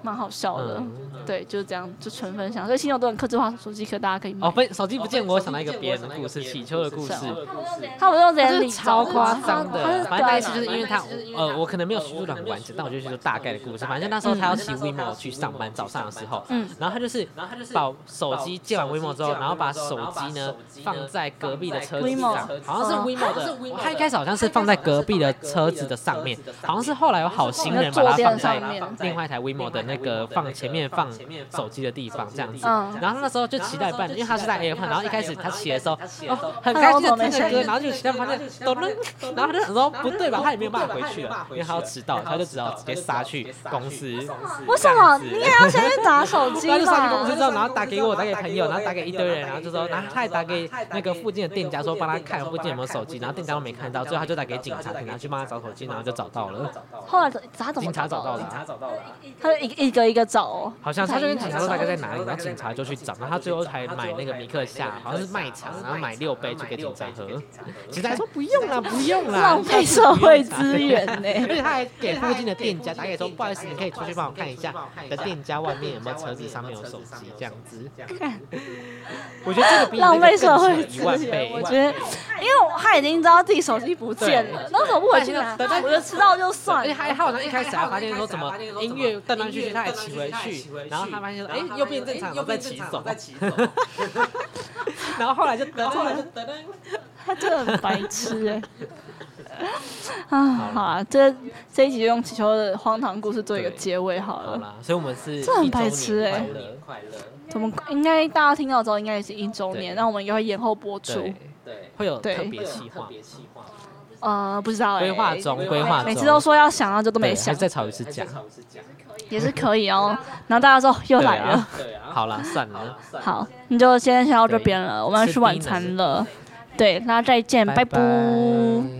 Speaker 2: 蛮好笑的。
Speaker 1: 嗯
Speaker 2: 对，就是这样，就纯分享。所以新手都很克制化手机壳，大家可以买。
Speaker 1: 哦，分手机不见我，想到一个别人的故事，乞秋的故事
Speaker 2: 是。啊他
Speaker 3: 他们
Speaker 2: 们用人
Speaker 1: 这
Speaker 2: 理
Speaker 1: 是超夸张
Speaker 2: 他
Speaker 1: 的，
Speaker 2: 是
Speaker 1: 反正那一次
Speaker 2: 对
Speaker 1: 就
Speaker 2: 啊
Speaker 1: 是因为他
Speaker 3: 反正那一次就是因，为他
Speaker 1: 呃，我可能没有叙述的很完整，但我就叙述大概的故事。反正那时候他要骑 WeMo 去上班，早上的时候，
Speaker 2: 嗯
Speaker 1: 然后他就是
Speaker 4: 然后他就是
Speaker 1: 把手
Speaker 4: 手
Speaker 1: 机
Speaker 4: 机
Speaker 1: 借
Speaker 4: 借
Speaker 1: 完
Speaker 4: 完
Speaker 1: WeMo
Speaker 4: WeMo
Speaker 1: 之
Speaker 4: 之
Speaker 1: 后，
Speaker 4: 后，
Speaker 1: 然
Speaker 4: 然
Speaker 1: 后
Speaker 4: 后
Speaker 1: 把
Speaker 4: 把
Speaker 1: 手
Speaker 4: 手
Speaker 1: 机
Speaker 4: 机
Speaker 1: 呢
Speaker 4: 呢
Speaker 1: 放
Speaker 4: 放
Speaker 1: 在
Speaker 4: 在
Speaker 1: 隔
Speaker 4: 隔
Speaker 1: 壁
Speaker 4: 壁
Speaker 1: 的
Speaker 4: 的
Speaker 1: 车
Speaker 4: 车
Speaker 1: 子
Speaker 4: 子
Speaker 2: WeMo
Speaker 1: 上
Speaker 4: 上，，
Speaker 1: 好
Speaker 4: 好
Speaker 1: 像
Speaker 4: 像
Speaker 1: 是
Speaker 4: 是
Speaker 1: WeMo
Speaker 4: WeMo
Speaker 1: 的，他
Speaker 4: 的，他
Speaker 1: 一
Speaker 4: 一
Speaker 1: 开
Speaker 4: 开
Speaker 1: 始
Speaker 4: 始
Speaker 1: 好像
Speaker 4: 好像
Speaker 1: 是
Speaker 4: 是
Speaker 1: 放
Speaker 4: 放
Speaker 1: 在
Speaker 4: 在
Speaker 1: 隔
Speaker 4: 隔
Speaker 1: 壁
Speaker 4: 壁
Speaker 1: 的
Speaker 4: 的
Speaker 1: 车
Speaker 4: 车
Speaker 1: 子
Speaker 4: 子
Speaker 1: 的
Speaker 4: 的
Speaker 1: 上
Speaker 4: 上
Speaker 1: 面
Speaker 4: 面，，
Speaker 1: 好
Speaker 4: 好
Speaker 1: 像
Speaker 4: 像
Speaker 1: 是
Speaker 4: 是
Speaker 1: 后
Speaker 4: 后
Speaker 1: 来
Speaker 4: 来
Speaker 1: 有
Speaker 4: 有
Speaker 1: 好
Speaker 4: 好
Speaker 1: 心
Speaker 4: 心
Speaker 1: 人
Speaker 4: 人
Speaker 1: 把
Speaker 4: 把
Speaker 1: 它
Speaker 4: 它
Speaker 1: 放
Speaker 4: 放
Speaker 1: 在
Speaker 4: 在
Speaker 1: 另
Speaker 4: 另
Speaker 1: 外一
Speaker 4: 外
Speaker 1: 台 WeMo 的那个放前面放手机的地方这样子。
Speaker 2: 嗯
Speaker 1: 然后他
Speaker 4: 然后那
Speaker 1: 那
Speaker 4: 时
Speaker 1: 时候
Speaker 4: 候
Speaker 1: 就
Speaker 4: 就
Speaker 1: 骑
Speaker 4: 骑
Speaker 1: 在
Speaker 4: 在
Speaker 1: 一
Speaker 4: 一
Speaker 1: 半，
Speaker 4: 半，
Speaker 1: 因为
Speaker 4: 因为
Speaker 1: 他
Speaker 4: 他
Speaker 1: 是
Speaker 4: 是
Speaker 1: 在
Speaker 4: 在
Speaker 1: A
Speaker 4: 半，
Speaker 1: 判，
Speaker 4: 然
Speaker 1: 然后
Speaker 4: 后
Speaker 1: 一
Speaker 4: 一
Speaker 1: 开
Speaker 4: 开
Speaker 1: 始
Speaker 4: 始
Speaker 1: 他
Speaker 4: 他
Speaker 1: 骑
Speaker 4: 骑
Speaker 1: 的
Speaker 4: 的
Speaker 1: 时
Speaker 2: 嗯
Speaker 1: 候哦
Speaker 4: 时候，哦，
Speaker 1: 很
Speaker 4: 很
Speaker 1: 开
Speaker 4: 开
Speaker 1: 心
Speaker 4: 心
Speaker 1: 的
Speaker 4: 的
Speaker 1: 听
Speaker 4: 听
Speaker 1: 着歌，
Speaker 4: 着歌，
Speaker 1: 然后
Speaker 4: 然后
Speaker 1: 就骑
Speaker 4: 就骑
Speaker 1: 在
Speaker 4: 在
Speaker 1: 旁
Speaker 4: 旁
Speaker 1: 边
Speaker 4: 边
Speaker 1: 抖
Speaker 4: 抖
Speaker 1: 扔
Speaker 4: 扔，，
Speaker 1: 然后他
Speaker 4: 然后他
Speaker 1: 就
Speaker 4: 就
Speaker 1: 想
Speaker 4: 想
Speaker 1: 说哦
Speaker 4: 说
Speaker 1: 不
Speaker 4: 不
Speaker 1: 对
Speaker 4: 对
Speaker 1: 吧，他
Speaker 4: 吧，他
Speaker 1: 也
Speaker 4: 也
Speaker 1: 没有
Speaker 4: 没有
Speaker 1: 办法
Speaker 4: 办法
Speaker 1: 回
Speaker 4: 回
Speaker 1: 去
Speaker 4: 去
Speaker 1: 了
Speaker 4: 了，
Speaker 1: 因为他要
Speaker 4: 因为他要
Speaker 1: 迟
Speaker 4: 迟
Speaker 1: 到
Speaker 4: 到
Speaker 1: 了，
Speaker 4: 了，
Speaker 1: 他就只
Speaker 4: 他就只
Speaker 1: 好直接杀
Speaker 4: 好直接杀
Speaker 1: 去
Speaker 4: 去
Speaker 1: 公
Speaker 4: 公
Speaker 1: 司
Speaker 4: 司。
Speaker 2: 为什么你也要先去打手机
Speaker 1: 他就上去公
Speaker 2: 啦？
Speaker 1: 司之后，然后打给我，打给朋友，然后打给一堆人，然后就说，然后他也打给那个附近的店家说帮他看附近有没有手机，然后店家都没看到，最后他就打给警察，警察去帮他找手机，然后就找到了。
Speaker 2: 后来他怎么
Speaker 1: 警察找到
Speaker 2: 的
Speaker 1: 了？
Speaker 4: 察找到了啊。
Speaker 2: 他就一个一个一个找哦。
Speaker 1: 好像他就跟警察说大概在哪里，
Speaker 4: 警察
Speaker 1: 然后警察就去找，然后他最后才买那个米克夏，好像是卖场，然后买六杯去给警察喝。警察还说不用啦，不用啦，
Speaker 2: 浪费社会资 源呢
Speaker 1: 而且他还给附近的店家打给说，不好意思，你可以出去帮我看一下的店家外面有没有车子上面有手机这样子。我觉得这个比
Speaker 2: 浪费社会
Speaker 1: 一万
Speaker 2: 资源，
Speaker 1: 倍。
Speaker 2: 我觉得，因为我他已经知道自己手机不见了
Speaker 1: 对，
Speaker 2: 那为什么不回去拿？
Speaker 1: 对对
Speaker 2: 我就吃到就算
Speaker 1: 而且
Speaker 2: 了。
Speaker 1: 还哎好像一开始还发现说什么音乐断断续续，他还骑回去，然后他发现说，哎，又变正常，又再骑走，
Speaker 4: 再骑走，
Speaker 1: 然后后来就得
Speaker 4: 后
Speaker 1: 后
Speaker 4: 来
Speaker 1: 来
Speaker 4: 就
Speaker 1: 就
Speaker 4: 噔噔。
Speaker 2: 他真的很白痴 哎、啊，好啊，这这一集就用祈求的荒唐故事做一个结尾好
Speaker 1: 好
Speaker 2: 了。
Speaker 1: 啦，所以我们是
Speaker 2: 这很白痴
Speaker 1: 哎、
Speaker 2: 欸
Speaker 1: 欸，
Speaker 4: 快乐，
Speaker 2: 怎么应该大家听到之后应该也是一周年，
Speaker 1: 对
Speaker 2: 那我们应该会延后播出
Speaker 1: 对。，
Speaker 4: 对，
Speaker 1: 会有
Speaker 2: 对
Speaker 1: 特
Speaker 4: 别
Speaker 1: 别
Speaker 4: 气
Speaker 1: 企
Speaker 4: 化
Speaker 1: 划，，
Speaker 2: 呃，不知道哎、
Speaker 1: 规划中，规划中，
Speaker 2: 每次都说要想，然后就都
Speaker 1: 对
Speaker 2: 没
Speaker 1: 还
Speaker 2: 想
Speaker 1: 是，再吵一次
Speaker 4: 讲
Speaker 1: 架，，
Speaker 2: 也是可以哦。然后大家说又来
Speaker 1: 对
Speaker 2: 了
Speaker 1: 啊，
Speaker 4: 对啊，
Speaker 1: 好啦，算了，
Speaker 2: 好，你就先先到这边了，我们要
Speaker 1: 吃
Speaker 2: 去晚
Speaker 1: 冰
Speaker 2: 嗯
Speaker 1: 了
Speaker 2: 餐了。对，那再见，拜拜。
Speaker 1: 拜